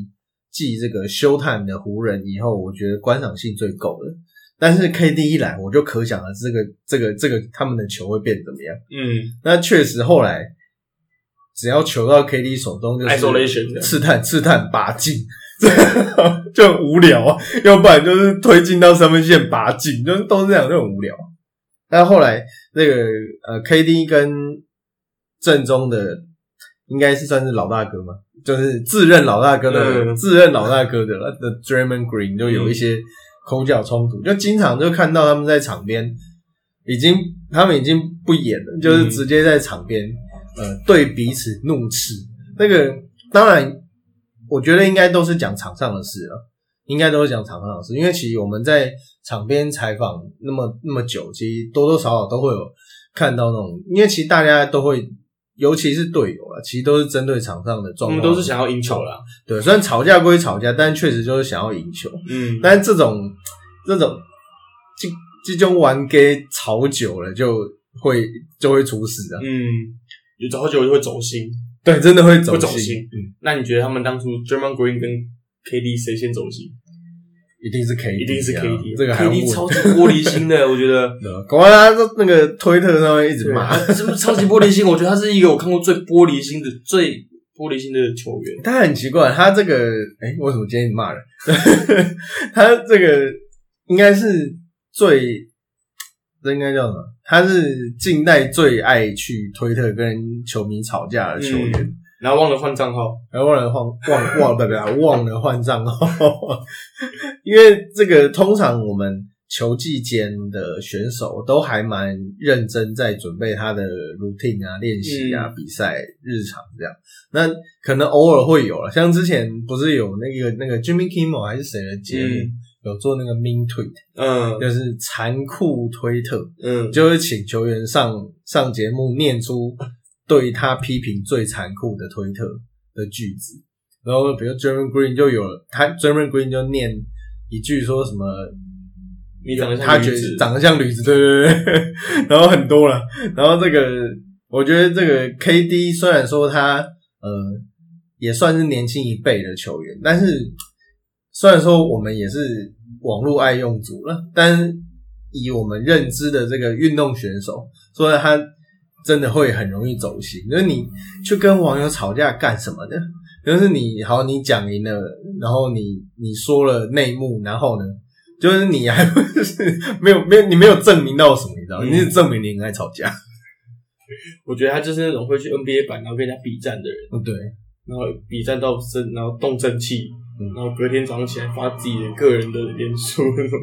继这个休探的湖人以后，我觉得观赏性最够的。但是 KD 一来，我就可想而知这个这个这个他们的球会变得怎么样。嗯那确实后来，只要球到 KD 手中，就是，isolation 这样刺探刺探拔进，就很无聊啊，要不然就是推进到三分线拔进，就是都是这样，就很无聊。啊但后来那个呃，KD 跟正宗的应该是算是老大哥嘛，就是自认老大哥的、嗯自认老大哥的的 Draymond Green 就有一些口角冲突，就经常就看到他们在场边已经他们已经不演了，就是嗯直接在场边呃对彼此怒斥。那个当然，我觉得应该都是讲场上的事了。应该都是讲场上的事，因为其实我们在场边采访那么那么久，其实多多少少都会有看到那种，因为其实大家都会，尤其是队友啊，其实都是针对场上的我状们况，都是想要赢球啦。对，虽然吵架归吵架，但确实就是想要赢球，嗯，但这种这种这这种玩 gay 吵久了就会就会出事啊，嗯，有找久就会走心。对，真的会走会走心心，嗯，那你觉得他们当初 German Green 跟 KD 谁先走心？一定是 KD，一定是啊 KD，这个还 KD 超级玻璃心的，我觉得。搞完他都那个推特上面一直对啊骂他。是不是超级玻璃心？我觉得他是一个我看过最玻璃心的、最玻璃心的球员。他很奇怪，他这个哎、为什么今天你骂人？ 他这个应该是最，这应该叫什么？他是近代最爱去推特跟球迷吵架的球员，嗯然后忘了换账号，然哎后忘了换忘忘不不不 忘了换账号，因为这个通常我们球季间的选手都还蛮认真在准备他的 routine 啊、练习啊、比赛日常这样。那可能偶尔会有了，像之前不是有那个那个 Jimmy Kimmel 还是谁的节目、嗯有做那个 mean tweet，嗯就是残酷推特，嗯，就是请球员上上节目念出对他批评最残酷的推特的句子，然后比如 German Green 就有他 German Green 就念一句说什么，你长得他像觉女得子，长得像驴子，对对 对对，然后很多了，然后这个我觉得这个 KD 虽然说他呃也算是年轻一辈的球员，但是虽然说我们也是网络爱用族了，但是以我们认知的这个运动选手，所以他真的会很容易走心。就是你去跟网友吵架干什么的？就是你好，你讲赢了，然后你你说了内幕，然后呢，就是你还就是 没有没有你没有证明到什么，你知道吗？嗯你是证明你很爱吵架。 我觉得他就是那种会去 NBA 版，然后跟人家比战的人，对，然后比战到生，然后动正气嗯，然后隔天早上起来发自己的个人的脸书那种。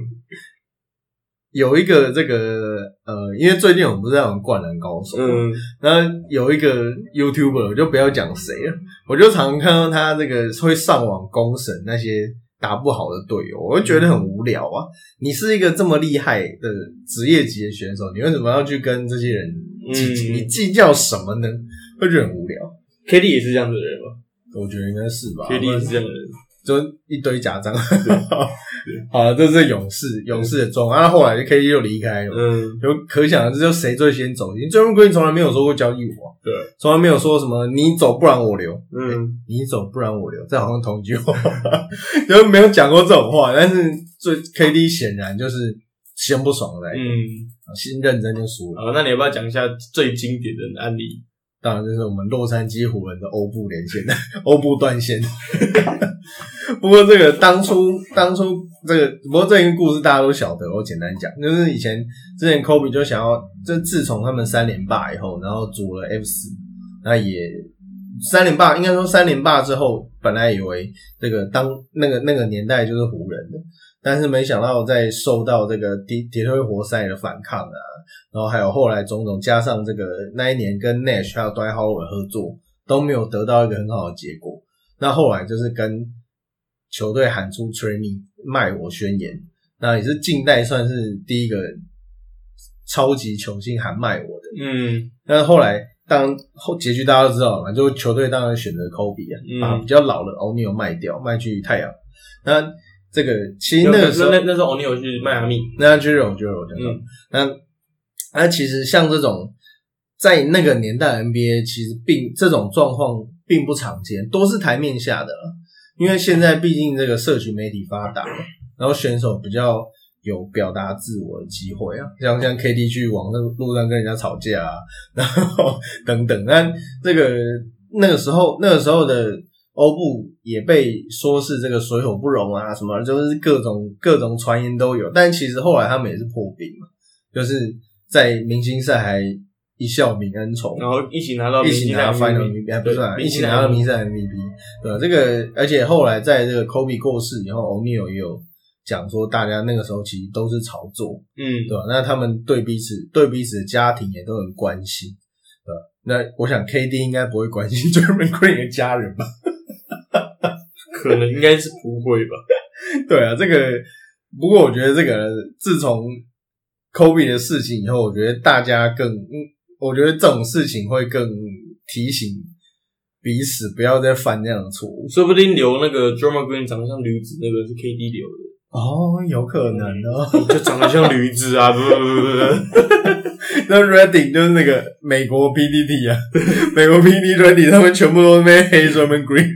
有一个这个呃，因为最近我们不是在玩《灌篮高手》吗，嗯然后有一个 YouTuber，我就不要讲谁了，我就常常看到他这个会上网公审那些打不好的队友，我就觉得很无聊啊。你是一个这么厉害的职业级的选手，你为什么要去跟这些人计较？嗯你计较什么呢？会觉得很无聊。 ，KD 也是这样的人吧我觉得应该是吧？KD 也是这样的人。就一堆假账。 好了，这是勇士勇士的状况。然后后来就 KD 就离开了。嗯，就可想而知，就谁最先走。你追梦规定从来没有说过交易我，对，啊从来没有说什么你走不然我留，嗯，你走不然我留，这好像同一句话， 就没有讲过这种话。但是最 KD 显然就是先不爽来，嗯，先认真就输了。好，那你要不要讲一下最经典的案例？当然就是我们洛杉矶湖人的欧布连线，欧布断线。 不过这个当初当初这个，不过这个故事大家都晓得，我简单讲，就是以前之前 Kobe 就想要，就自从他们三连霸以后，然后组了 F 四，那也三连霸，应该说三连霸之后，本来以为这个当那个那个年代就是湖人的，但是没想到在受到这个底底特律活塞的反抗啊，然后还有后来种种加上这个那一年跟 Nash 还有 d w i g h o w a r d 合作，都没有得到一个很好的结果。那后来就是跟球队喊出 “Trade me”，卖我宣言，那也是近代算是第一个超级球星喊卖我的。嗯但是后来当后结局大家都知道了嘛，就球队当然选择科比啊，嗯把比较老的欧尼尔卖掉，卖去太阳。那这个其实那那个时候那那时候 O'Neal 去迈阿密，那 j e r o j e r o 嗯那那其实像这种在那个年代的 NBA，其实并这种状况并不常见，都是台面下的啦。因为现在毕竟这个社群媒体发达，然后选手比较有表达自我的机会啊，像像 KD 去网上路上跟人家吵架啊，然后等等。但这个那个时候那个时候的欧布也被说是这个水火不容啊，什么就是各种各种传言都有，但其实后来他们也是破冰嘛，就是在明星赛还一笑泯恩仇，然后一起拿到一明起星拿赛 Final MVP MVP，啊，不是啊，对一起拿到明星赛 MVP。对啊，这个而且后来在这个 Kobe 过世以后，欧尼尔也有讲说，大家那个时候其实都是炒作，嗯，对吧、那他们对彼此对彼此的家庭也都很关心，对吧、那我想 KD 应该不会关心 German Green 的家人吧？ 可能应该是不会吧。对啊，这个不过我觉得这个自从 Kobe 的事情以后，我觉得大家更，嗯我觉得这种事情会更提醒彼此不要再犯这样的错误。说不定留那个 d r u m m e r Green 长得像驴子，那个是 KD 留的，哦，有可能哦。 你就长得像驴子啊！不不不不不，那 Redding 就是那个美国 PDD 啊， 美国 PD Redding 他们全部都在那边黑 German Green，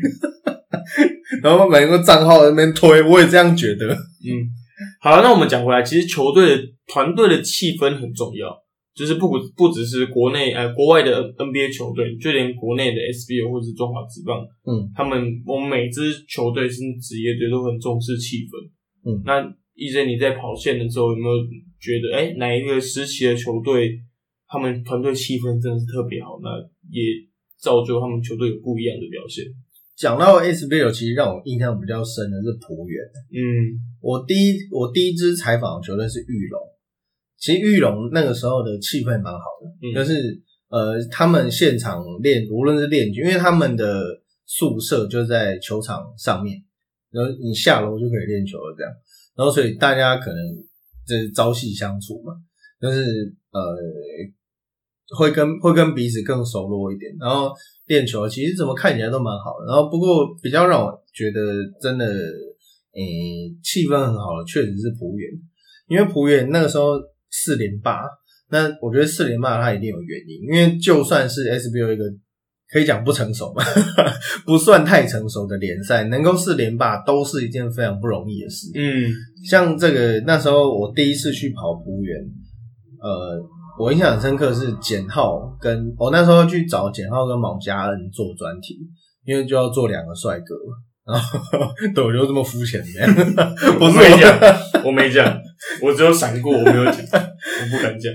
然后每个账号在那边推，我也这样觉得。嗯，好了，那我们讲回来，其实球队的团队的气氛很重要，就是不不只是国内呃国外的 NBA 球队，就连国内的 SBO 或者是中华职棒，嗯，他们我们每支球队甚至职业队都很重视气氛。嗯那医生你在跑线的时候有没有觉得，哎、哪一个时期的球队他们团队气氛真的是特别好？那也造就他们球队有不一样的表现。讲到 SBL，其实让我印象比较深的是浦原。嗯我第一我第一支采访的球队是玉龙，其实玉龙那个时候的气氛蛮好的，嗯就是呃他们现场练，无论是练球，因为他们的宿舍就在球场上面，然后你下楼就可以练球了这样，然后所以大家可能就是朝夕相处嘛，就是呃会跟会跟彼此更熟络一点，然后练球其实怎么看起来都蛮好的，然后不过比较让我觉得真的诶气氛很好的确实是浦原，因为浦原那个时候四连霸，那我觉得四连霸它一定有原因，因为就算是 SBO 一个可以讲不成熟嘛， 不算太成熟的联赛，能够四连霸都是一件非常不容易的事。嗯像这个那时候我第一次去跑浦原，呃，我印象很深刻是简浩跟我、那时候去找简浩跟毛家恩做专题，因为就要做两个帅哥嘛。然后 对我就这么肤浅的， 不是啊我没讲， 我我没讲，我只有闪过，我没有讲，我不敢讲。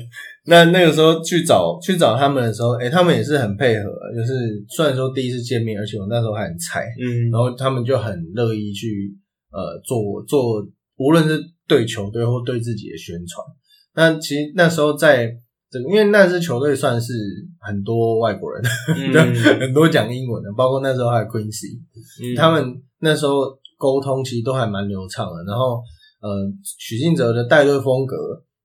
那那个时候去找去找他们的时候，诶、他们也是很配合，就是虽然说第一次见面，而且我那时候还很菜，嗯然后他们就很乐意去呃做做，无论是对球队或对自己的宣传。那其实那时候在整个，因为那支球队算是很多外国人， 嗯，很多讲英文的，包括那时候还有 Quincy，他们那时候沟通其实都还蛮流畅的。然后，呃，许晋哲的带队风格，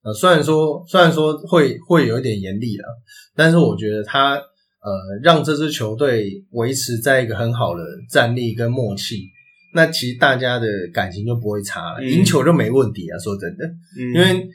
呃，虽然说虽然说会会有一点严厉啦，但是我觉得他呃让这支球队维持在一个很好的战力跟默契，那其实大家的感情就不会差了，嗯赢球就没问题啊。说真的，嗯因为。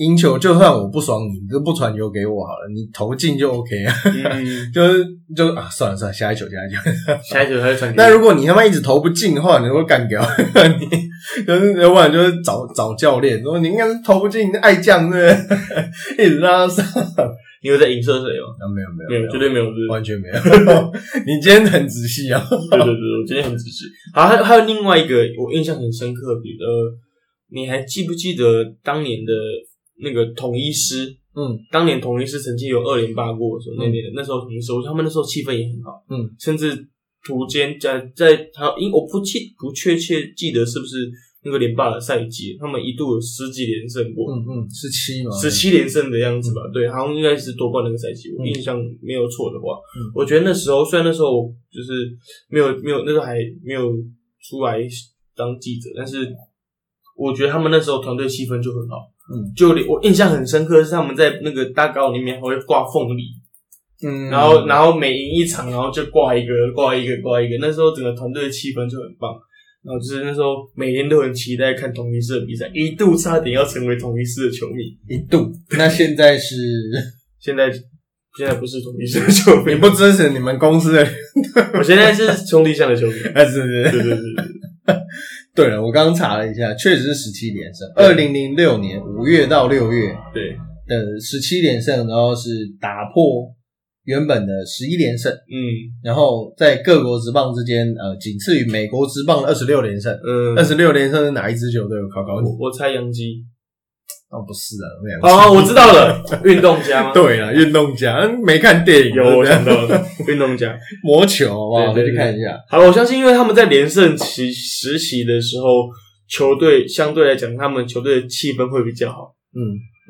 赢球就算我不爽你，你就不传球给我好了，你投进就 OK 啊， 嗯就是就啊，算了算了，下一球下一球， 下一球他就传给你那如果你他妈一直投不进的话，你会干掉， 你就是要不然就是找找教练说你应该是投不进，你爱将对不对？ 一直让他上，啊你有在影射谁吗？没有没有没有，绝对没有，是不是完全没有。 你今天很仔细啊，对对对，我今天很仔细。好，还有还有另外一个我印象很深刻的，呃，你还记不记得当年的那个统一师？嗯，当年统一师曾经有二连霸过的时候，那年的那时候统一师，我觉得他们那时候气氛也很好，嗯，甚至途间在在他，因我不记不确切记得是不是那个连霸的赛季，他们一度有十几连胜过，嗯嗯，十七嘛，十七连胜的样子吧，对，好像应该是夺冠那个赛季，我嗯印象没有错的话，嗯我觉得那时候虽然那时候我就是没有没有那时候还没有出来当记者，但是我觉得他们那时候团队气氛就很好，嗯，就连我印象很深刻是他们在那个大高里面还会挂凤梨，嗯，然后然后每赢一场，然后就挂一个挂一个挂一个，那时候整个团队的气氛就很棒。然后就是那时候每天都很期待看同一师的比赛，一度差点要成为同一师的球迷。一度，那现在是现在现在不是统一狮的球你迷，不支持你们公司的， 我现在是兄弟象的球迷。啊是是 对是。对对对，对了，我刚刚查了一下，确实是十七连胜。二零零六年五月到六月，对的十七连胜，然后是打破原本的十一连胜，嗯然后在各国职棒之间，呃，仅次于美国职棒的二十六连胜。嗯，二十六连胜是哪一支球队？我考考你我。我猜杨基。哦，不是啊，两个哦，我知道了，运动家吗？，对了，运动家嗯没看电影，有我对不想对到了，运动家。魔球，好不好？对回对去对看一下。好，我相信因为他们在连胜期时期的时候，球队相对来讲，他们球队的气氛会比较好。嗯，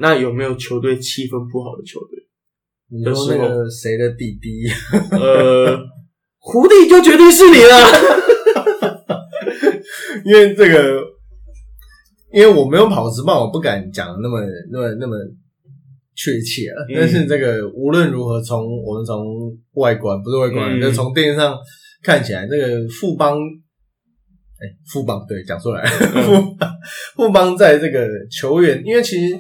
那有没有球队气氛不好的球队？你说那个谁的弟弟？ 呃，胡弟就决定是你了。因为这个，因为我没有跑直棒，我不敢讲那么那么那么确切啊。嗯但是这个无论如何，从我们从外观不是外观，嗯就是从电视上看起来，这个富邦，哎、富邦对，讲出来，嗯 富邦富邦在这个球员，因为其实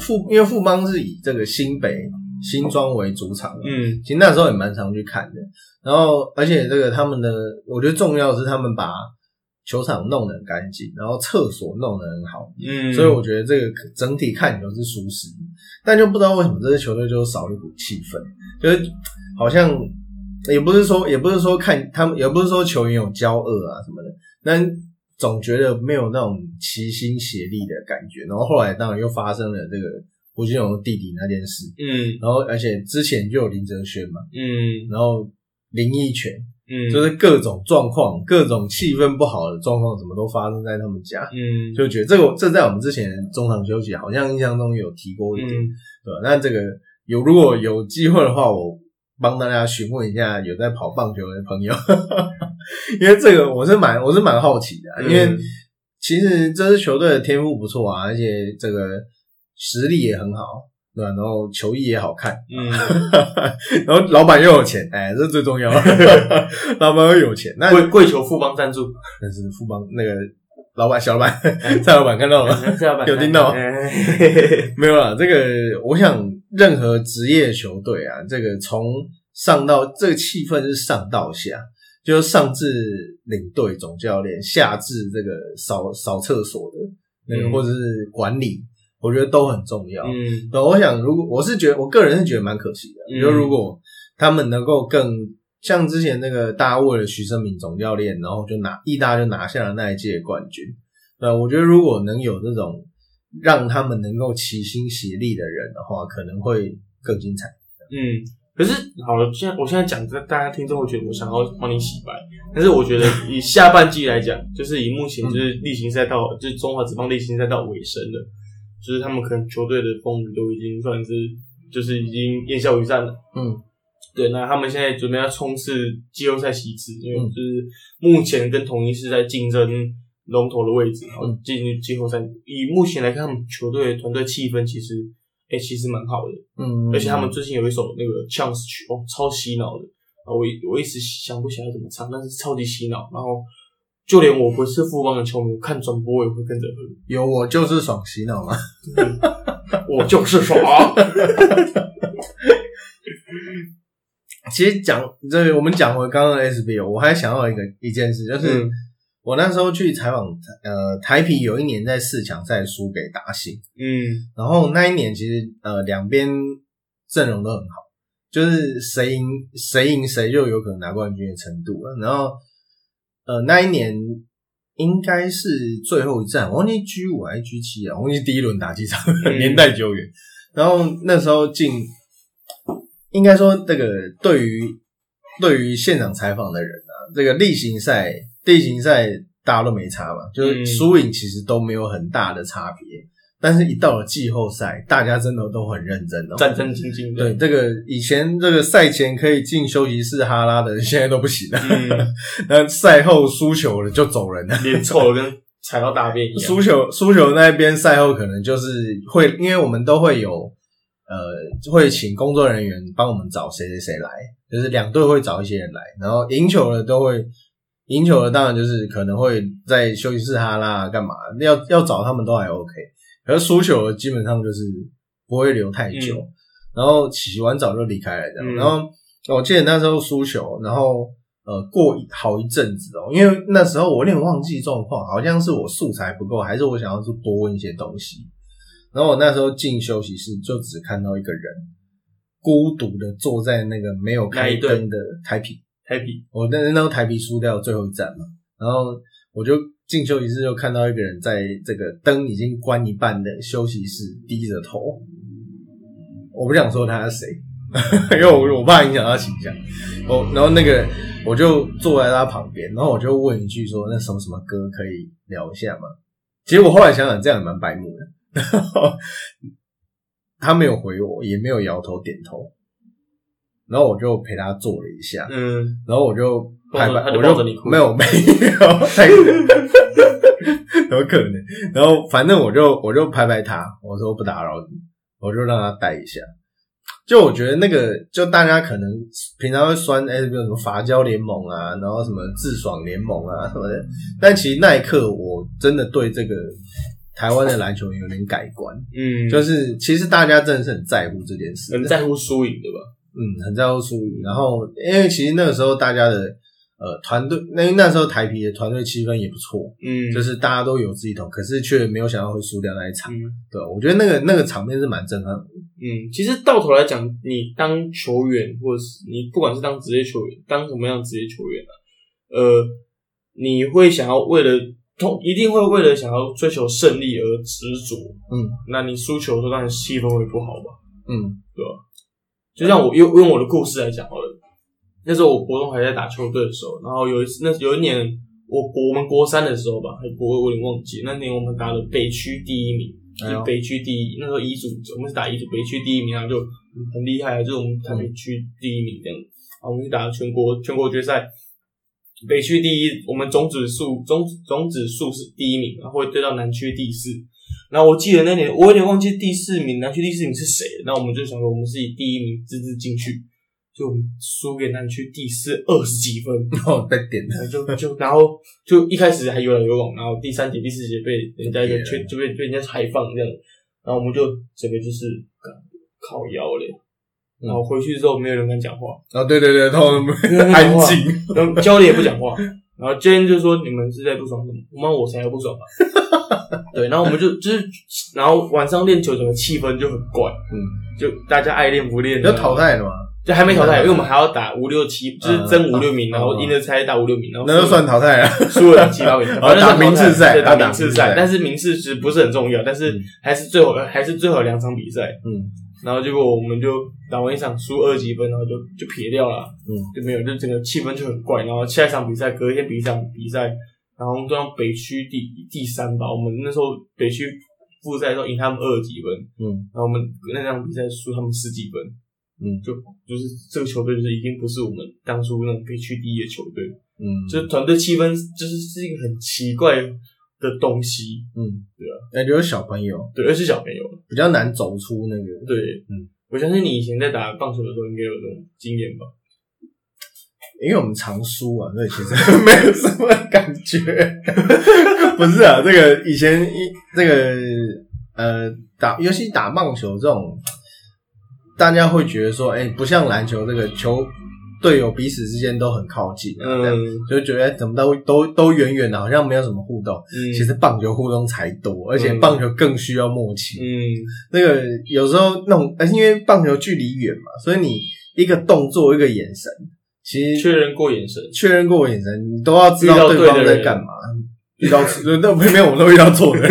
富因为富邦是以这个新北新庄为主场嘛，嗯其实那时候也蛮常去看的。然后，而且这个他们的，我觉得重要的是他们把球场弄得很干净，然后厕所弄得很好，嗯，所以我觉得这个整体看球是舒适的。但就不知道为什么这支球队就少了一股气氛，就是好像也不是说也不是说看他们，也不是说球员有骄傲啊什么的，但总觉得没有那种齐心协力的感觉。然后后来当然又发生了这个胡金龙弟弟那件事，嗯然后而且之前就有林哲轩嘛。嗯然后林奕泉，嗯，就是各种状况、各种气氛不好的状况，什么都发生在他们家，嗯就觉得这个这在我们之前中场休息好像印象中有提过一点，嗯对吧？那这个有如果有机会的话，我帮大家询问一下有在跑棒球的朋友， 因为这个我是蛮我是蛮好奇的啊、因为嗯其实这支球队的天赋不错啊，而且这个实力也很好，对吧？然后球衣也好看。嗯， 然后老板又有钱，哎，这最重要。老板又有钱，那跪跪求富邦赞助，但是富邦那个老板小老板蔡老板看 到了哦是老板有听到哎嘿嘿嘿没有啦，这个我想任何职业球队啊，这个从上到这个气氛是上到下，就是上至领队总教练，下至这个扫扫厕所的那个，嗯或者是管理，我觉得都很重要。 嗯对，我想如果我是觉得，我个人是觉得蛮可惜的。嗯比如如果他们能够更像之前那个大家为了徐胜敏总教练，然后就拿意大就拿下了那一届的冠军。对，我觉得如果能有这种让他们能够齐心协力的人的话，可能会更精彩。嗯，可是好了，现在我现在讲，大家听众会觉得我想要帮你洗白，但是我觉得以下半季来讲，就是以目前就是例行赛到，就是中华职棒例行赛到尾声了，就是他们可能球队的风雨都已经算是就是已经烟消云散了。嗯，对，那他们现在准备要冲刺季后赛席次，因为嗯就是目前跟统一是在竞争龙头的位置，然后嗯进入季后赛。以目前来看，他们球队的团队气氛其实，哎、其实蛮好的。嗯而且他们最近有一首那个 Chance 曲，哦，超洗脑的。啊，我一我一时想不起来怎么唱，但是超级洗脑。然后就连我不是富邦的球迷，看转播我也会跟着哼。有我就是爽洗脑嘛。 我就是 爽。其实讲这个，我们讲回刚刚的 SBO，我还想到一个一件事，就是。嗯我那时候去采访，呃，台啤有一年在四强赛输给达兴， 嗯然后那一年其实呃两边阵容都很好，就是谁赢谁赢谁就有可能拿冠军的程度了。然后呃那一年应该是最后一战，我忘记 G 五还是 G 七啊，我忘记第一轮打几场，嗯 年代久远。然后那时候进，应该说这个对于对于现场采访的人啊，这个例行赛例行赛大家都没差嘛，就是嗯输赢其实都没有很大的差别。但是，一到了季后赛，大家真的都很认真哦。战战兢兢的。对这个以前这个赛前可以进休息室哈拉的人，现在都不行了。嗯， 那赛后输球了就走人了。脸臭的跟踩到大便一样。输球输球那边赛后可能就是会，因为我们都会有呃会请工作人员帮我们找谁谁谁来，就是两队会找一些人来，然后赢球了都会赢球了，当然就是可能会在休息室哈拉干嘛，要要找他们都还 OK，可是输球了基本上就是不会留太久，然后洗完澡就离开了这样，嗯然后我记得那时候输球，然后。呃，过一好一阵子哦，因为那时候我有点忘记状况，好像是我素材不够，还是我想要去多问一些东西。然后我那时候进休息室就只看到一个人，孤独的坐在那个没有开灯的台啤， happy，我哦那那时候台啤输掉最后一站嘛，然后我就进修一次就看到一个人在这个灯已经关一半的休息室低着头，我不想说他是谁， 因为我我怕影响他形象。我然后那个我就坐在他旁边，然后我就问一句说那什么什么歌可以聊一下吗？结果后来想想这样也蛮白目的，然后他没有回我，也没有摇头点头，然后我就陪他坐了一下，嗯，然后我就拍拍，他就我抱着你哭没有没有， 太可能怎么可能？然后反正我就我就拍拍他，我说不打扰你，我就让他带一下。就我觉得那个，就大家可能平常会酸，哎、比如什么法交联盟啊，然后什么智爽联盟啊什么的，但其实那一刻我真的对这个台湾的篮球有点改观，嗯，就是其实大家真的是很在乎这件事，很在乎输赢对吧？嗯，很在乎输赢。然后，因为其实那个时候大家的呃团队，那那时候台皮的团队气氛也不错，嗯，就是大家都有志一同，可是却没有想到会输掉那一场。嗯。对，我觉得那个那个场面是蛮震撼的。嗯，其实到头来讲，你当球员，或者是你不管是当职业球员，当什么样的职业球员啊，呃，你会想要为了通，一定会为了想要追求胜利而执着。嗯那你输球的时候，当然气氛会不好吧？嗯 就像我用用我的故事来讲好了，那时候我国中还在打球队的时候，然后有一次，那有一年我国我们国三的时候吧，还国二我有点忘记，那年我们打了北区第一名。哎就呦是北区第一，那时候乙组我们是打乙组北区第一名啊，就很厉害啊，就是我们台嗯北区第一名这样。然后我们去打全国全国决赛，北区第一，我们总指数总总指数是第一名，然后会对到南区第四。然后我记得那年我有点忘记第四名南区第四名是谁了，那我们就想说我们是以第一名自自进去，就我们输给南区第四二十几分， 然后哦被点了。然后就就然后就一开始还有来有往，然后第三节、第四节被人家一个就圈就被被人家采放这样，然后我们就整个就是干靠腰嘞。嗯然后回去之后，没有人敢讲话，哦，对对 对，他们安静。然后教练也不讲话，然后教练就说：“你们是在不爽什么？妈，我才不爽吧！” 对，然后我们就就是，然后晚上练球，整个气氛就很怪，嗯，就大家爱练不练，啊要淘，汰了嘛？就还没淘汰，因为我们还要打五六七，就是争五六名，嗯哦然后赢了才打五六名，然后那就算淘汰了。输了七八名， 哦打名次赛对，打啊打名次名次赛赛，但是名次其实不是很重要，但是嗯还是最后还是最后两场比赛，嗯，然后结果我们就打完一场输二十几分，然后就就撇掉了，嗯，就没有，就整个气氛就很怪，然后下一场比赛隔一天比一场比赛，然后对上北区第第三吧，我们那时候北区复赛的时候赢他们二十几分， 嗯，然后我们那场比赛输他们十几分，嗯就就是这个球队就是已经不是我们当初那种北区第一的球队，嗯，就是团队气氛，就是是一个很奇怪的东西，嗯，对啊。那就是小朋友对，而是小朋友，比较难走出那个对，嗯，我相信你以前在打棒球的时候应该有这种经验吧？因为我们常输啊，所以其实 没有什么感觉。 不是啊，这个以前一这个呃打，尤其打棒球这种，大家会觉得说，哎、不像篮球这个球队友彼此之间都很靠近、啊，嗯嗯，就觉得、哎怎么都都都远远的，好像没有什么互动。嗯，其实棒球互动才多，而且嗯棒球更需要默契。嗯，那个有时候那种，而呃且因为棒球距离远嘛，所以你一个动作一个眼神，其实确认过眼神，确认过眼神，你都要知道对方在干嘛。遇到错，那没没有，我都遇到错的。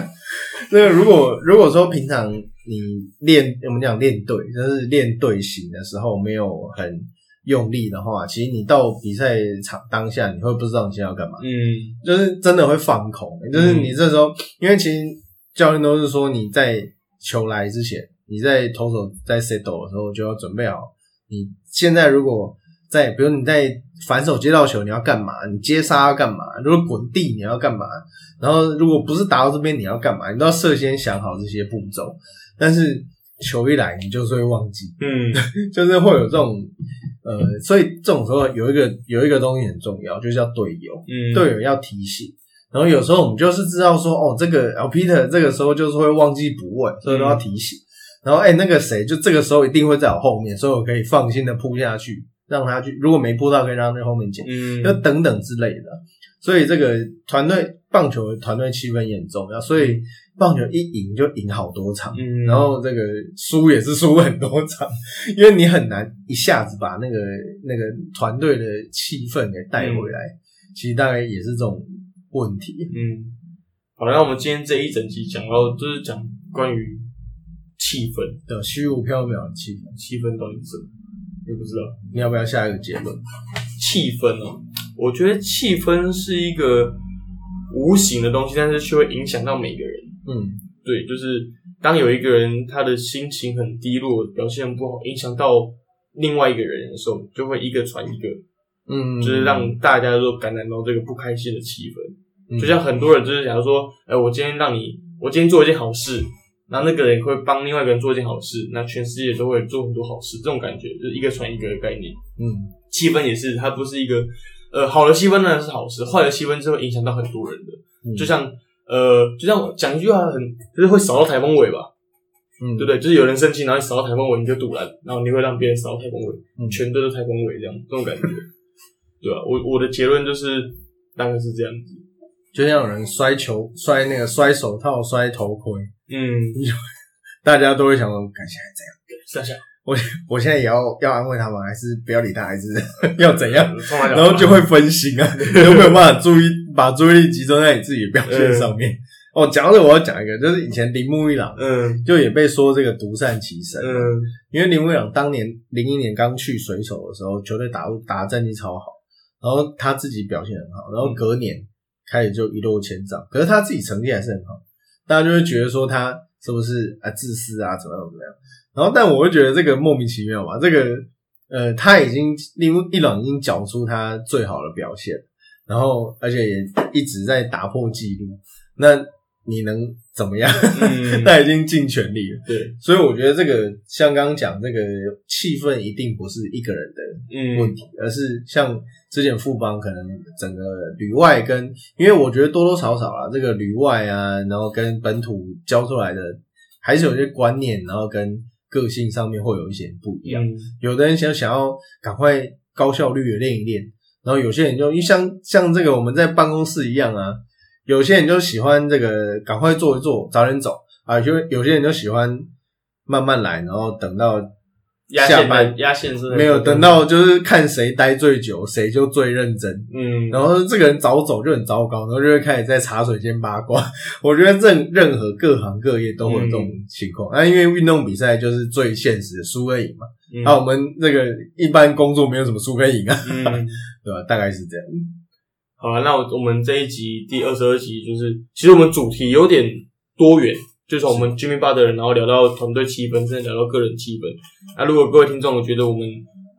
那个如果如果说平常你练，我们讲练队，就是练队形的时候没有很用力的话，其实你到比赛场当下，你会不知道你现在要干嘛，嗯就是真的会放空。就是你这时候，因为其实教练都是说你在球来之前，你在投手在 settle 的时候就要准备好。你现在如果在，比如你在反手接到球，你要干嘛？你接杀要干嘛？如果滚地你要干嘛？然后如果不是打到这边你要干嘛？你都要事先想好这些步骤。但是球一来，你就是会忘记，嗯就是会有这种呃，所以这种时候有一个有一个东西很重要，就叫队友。嗯，队友要提醒。然后有时候我们就是知道说，哦，这个哦 Peter 这个时候就是会忘记补位，所以都要提嗯醒。然后哎、那个谁就这个时候一定会在我后面，所以我可以放心的扑下去，让他去。如果没扑到，可以让他去后面捡，嗯，就等等之类的。所以这个团队棒球的团队气氛也很重要，所以棒球一赢就赢好多场，嗯，然后这个输也是输很多场，因为你很难一下子把那个那个团队的气氛给带回来。其实大概也是这种问题。嗯，好，那我们今天这一整集讲到就是讲关于气氛，对，虚无缥缈的气氛，气氛到底是什么？也不知道。你要不要下一个结论？气氛哦，我觉得气氛是一个无形的东西，但是却会影响到每个人。嗯对，就是当有一个人他的心情很低落，表现不好，影响到另外一个人的时候，就会一个传一个，嗯，就是让大家都感染到这个不开心的气氛。嗯就像很多人就是假如说，哎、我今天让你，我今天做一件好事，然后那个人会帮另外一个人做一件好事，那全世界都会做很多好事，这种感觉就是一个传一个的概念。嗯气氛也是，它不是一个呃好的气氛当然是好事，坏的气氛是会影响到很多人的。嗯就像呃，就像我讲一句话很，就是会扫到台风尾吧，嗯对不对？就是有人生气，然后你扫到台风尾，你就堵拦，然后你会让别人扫到台风尾，嗯全队都台风尾这样，这种感觉，对啊，我我的结论就是大概是这样子，就像有人摔球、摔那个摔手套、摔头盔，嗯，大家都会想说，感谢这样，下下，我现在也要要安慰他们，还是不要理他，还是 要怎样？冲来讲然后就会分心啊，你就没有办法注意把注意力集中在你自己的表现上面。哦，讲到这个我要讲一个，就是以前铃木一朗嗯就也被说这个独善其身，嗯因为铃木一朗当年零一年刚去水手的时候，球队打入打得战绩超好，然后他自己表现很好，然后隔年开始就一落千丈，可是他自己成绩还是很好，大家就会觉得说他是不是啊自私啊怎么样怎么样，然后但我会觉得这个莫名其妙嘛，这个呃他已经铃木一朗已经缴出他最好的表现，然后而且也一直在打破纪录，那你能怎么样？嗯 他已经尽全力了。对，所以我觉得这个像刚刚讲，这个气氛一定不是一个人的问嗯题，而是像之前富邦可能整个旅外跟，因为我觉得多多少少啦，这个旅外啊，然后跟本土教出来的，还是有些观念，然后跟个性上面会有一些不一样。嗯有的人想想要赶快高效率的练一练，然后有些人就因为像像这个我们在办公室一样啊，有些人就喜欢这个赶快做一做，早点走啊，有有些人就喜欢慢慢来，然后等到压下线班压线是没有等到就是看谁待最久，谁就最认真。嗯，然后这个人早走就很糟糕，然后就会开始在茶水间八卦。我觉得任任何各行各业都会有这嗯种情况。那、因为运动比赛就是最现实的输跟赢嘛。嗯那、我们这个一般工作没有什么输跟赢啊， 嗯。对吧？大概是这样。好了，那我我们这一集第二十二集就是，其实我们主题有点多元，就是从我们 Jimmy Butler，然后聊到团队气氛，甚至聊到个人气氛。那如果各位听众，我觉得我们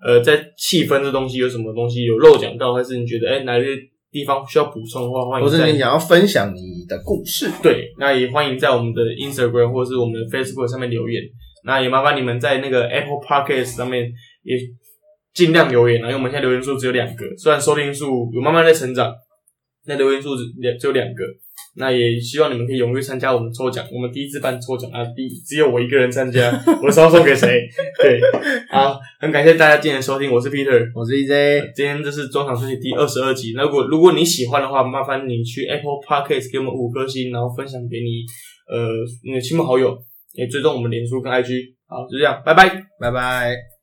呃在气氛这东西有什么东西有漏讲到，还是你觉得哎、哪些地方需要补充的话，欢或迎是你在想要分享你的故事，对，那也欢迎在我们的 Instagram 或是我们的 Facebook 上面留言。那也麻烦你们在那个 Apple Podcast 上面也尽量留言啊，因为我们现在留言数只有两个，虽然收听数有慢慢在成长，那留言数只只有两个。那也希望你们可以踊跃参加我们抽奖，我们第一次办抽奖啊，第只有我一个人参加，我是要送给谁？对，好，很感谢大家今天的收听，我是 Peter，我是 E EJ，今天这是中场休息第二十二集。那如果如果你喜欢的话，麻烦你去 Apple Podcast 给我们五颗星，然后分享给你呃你的亲朋好友，也追踪我们脸书跟 IG。好，就这样，拜拜。拜拜。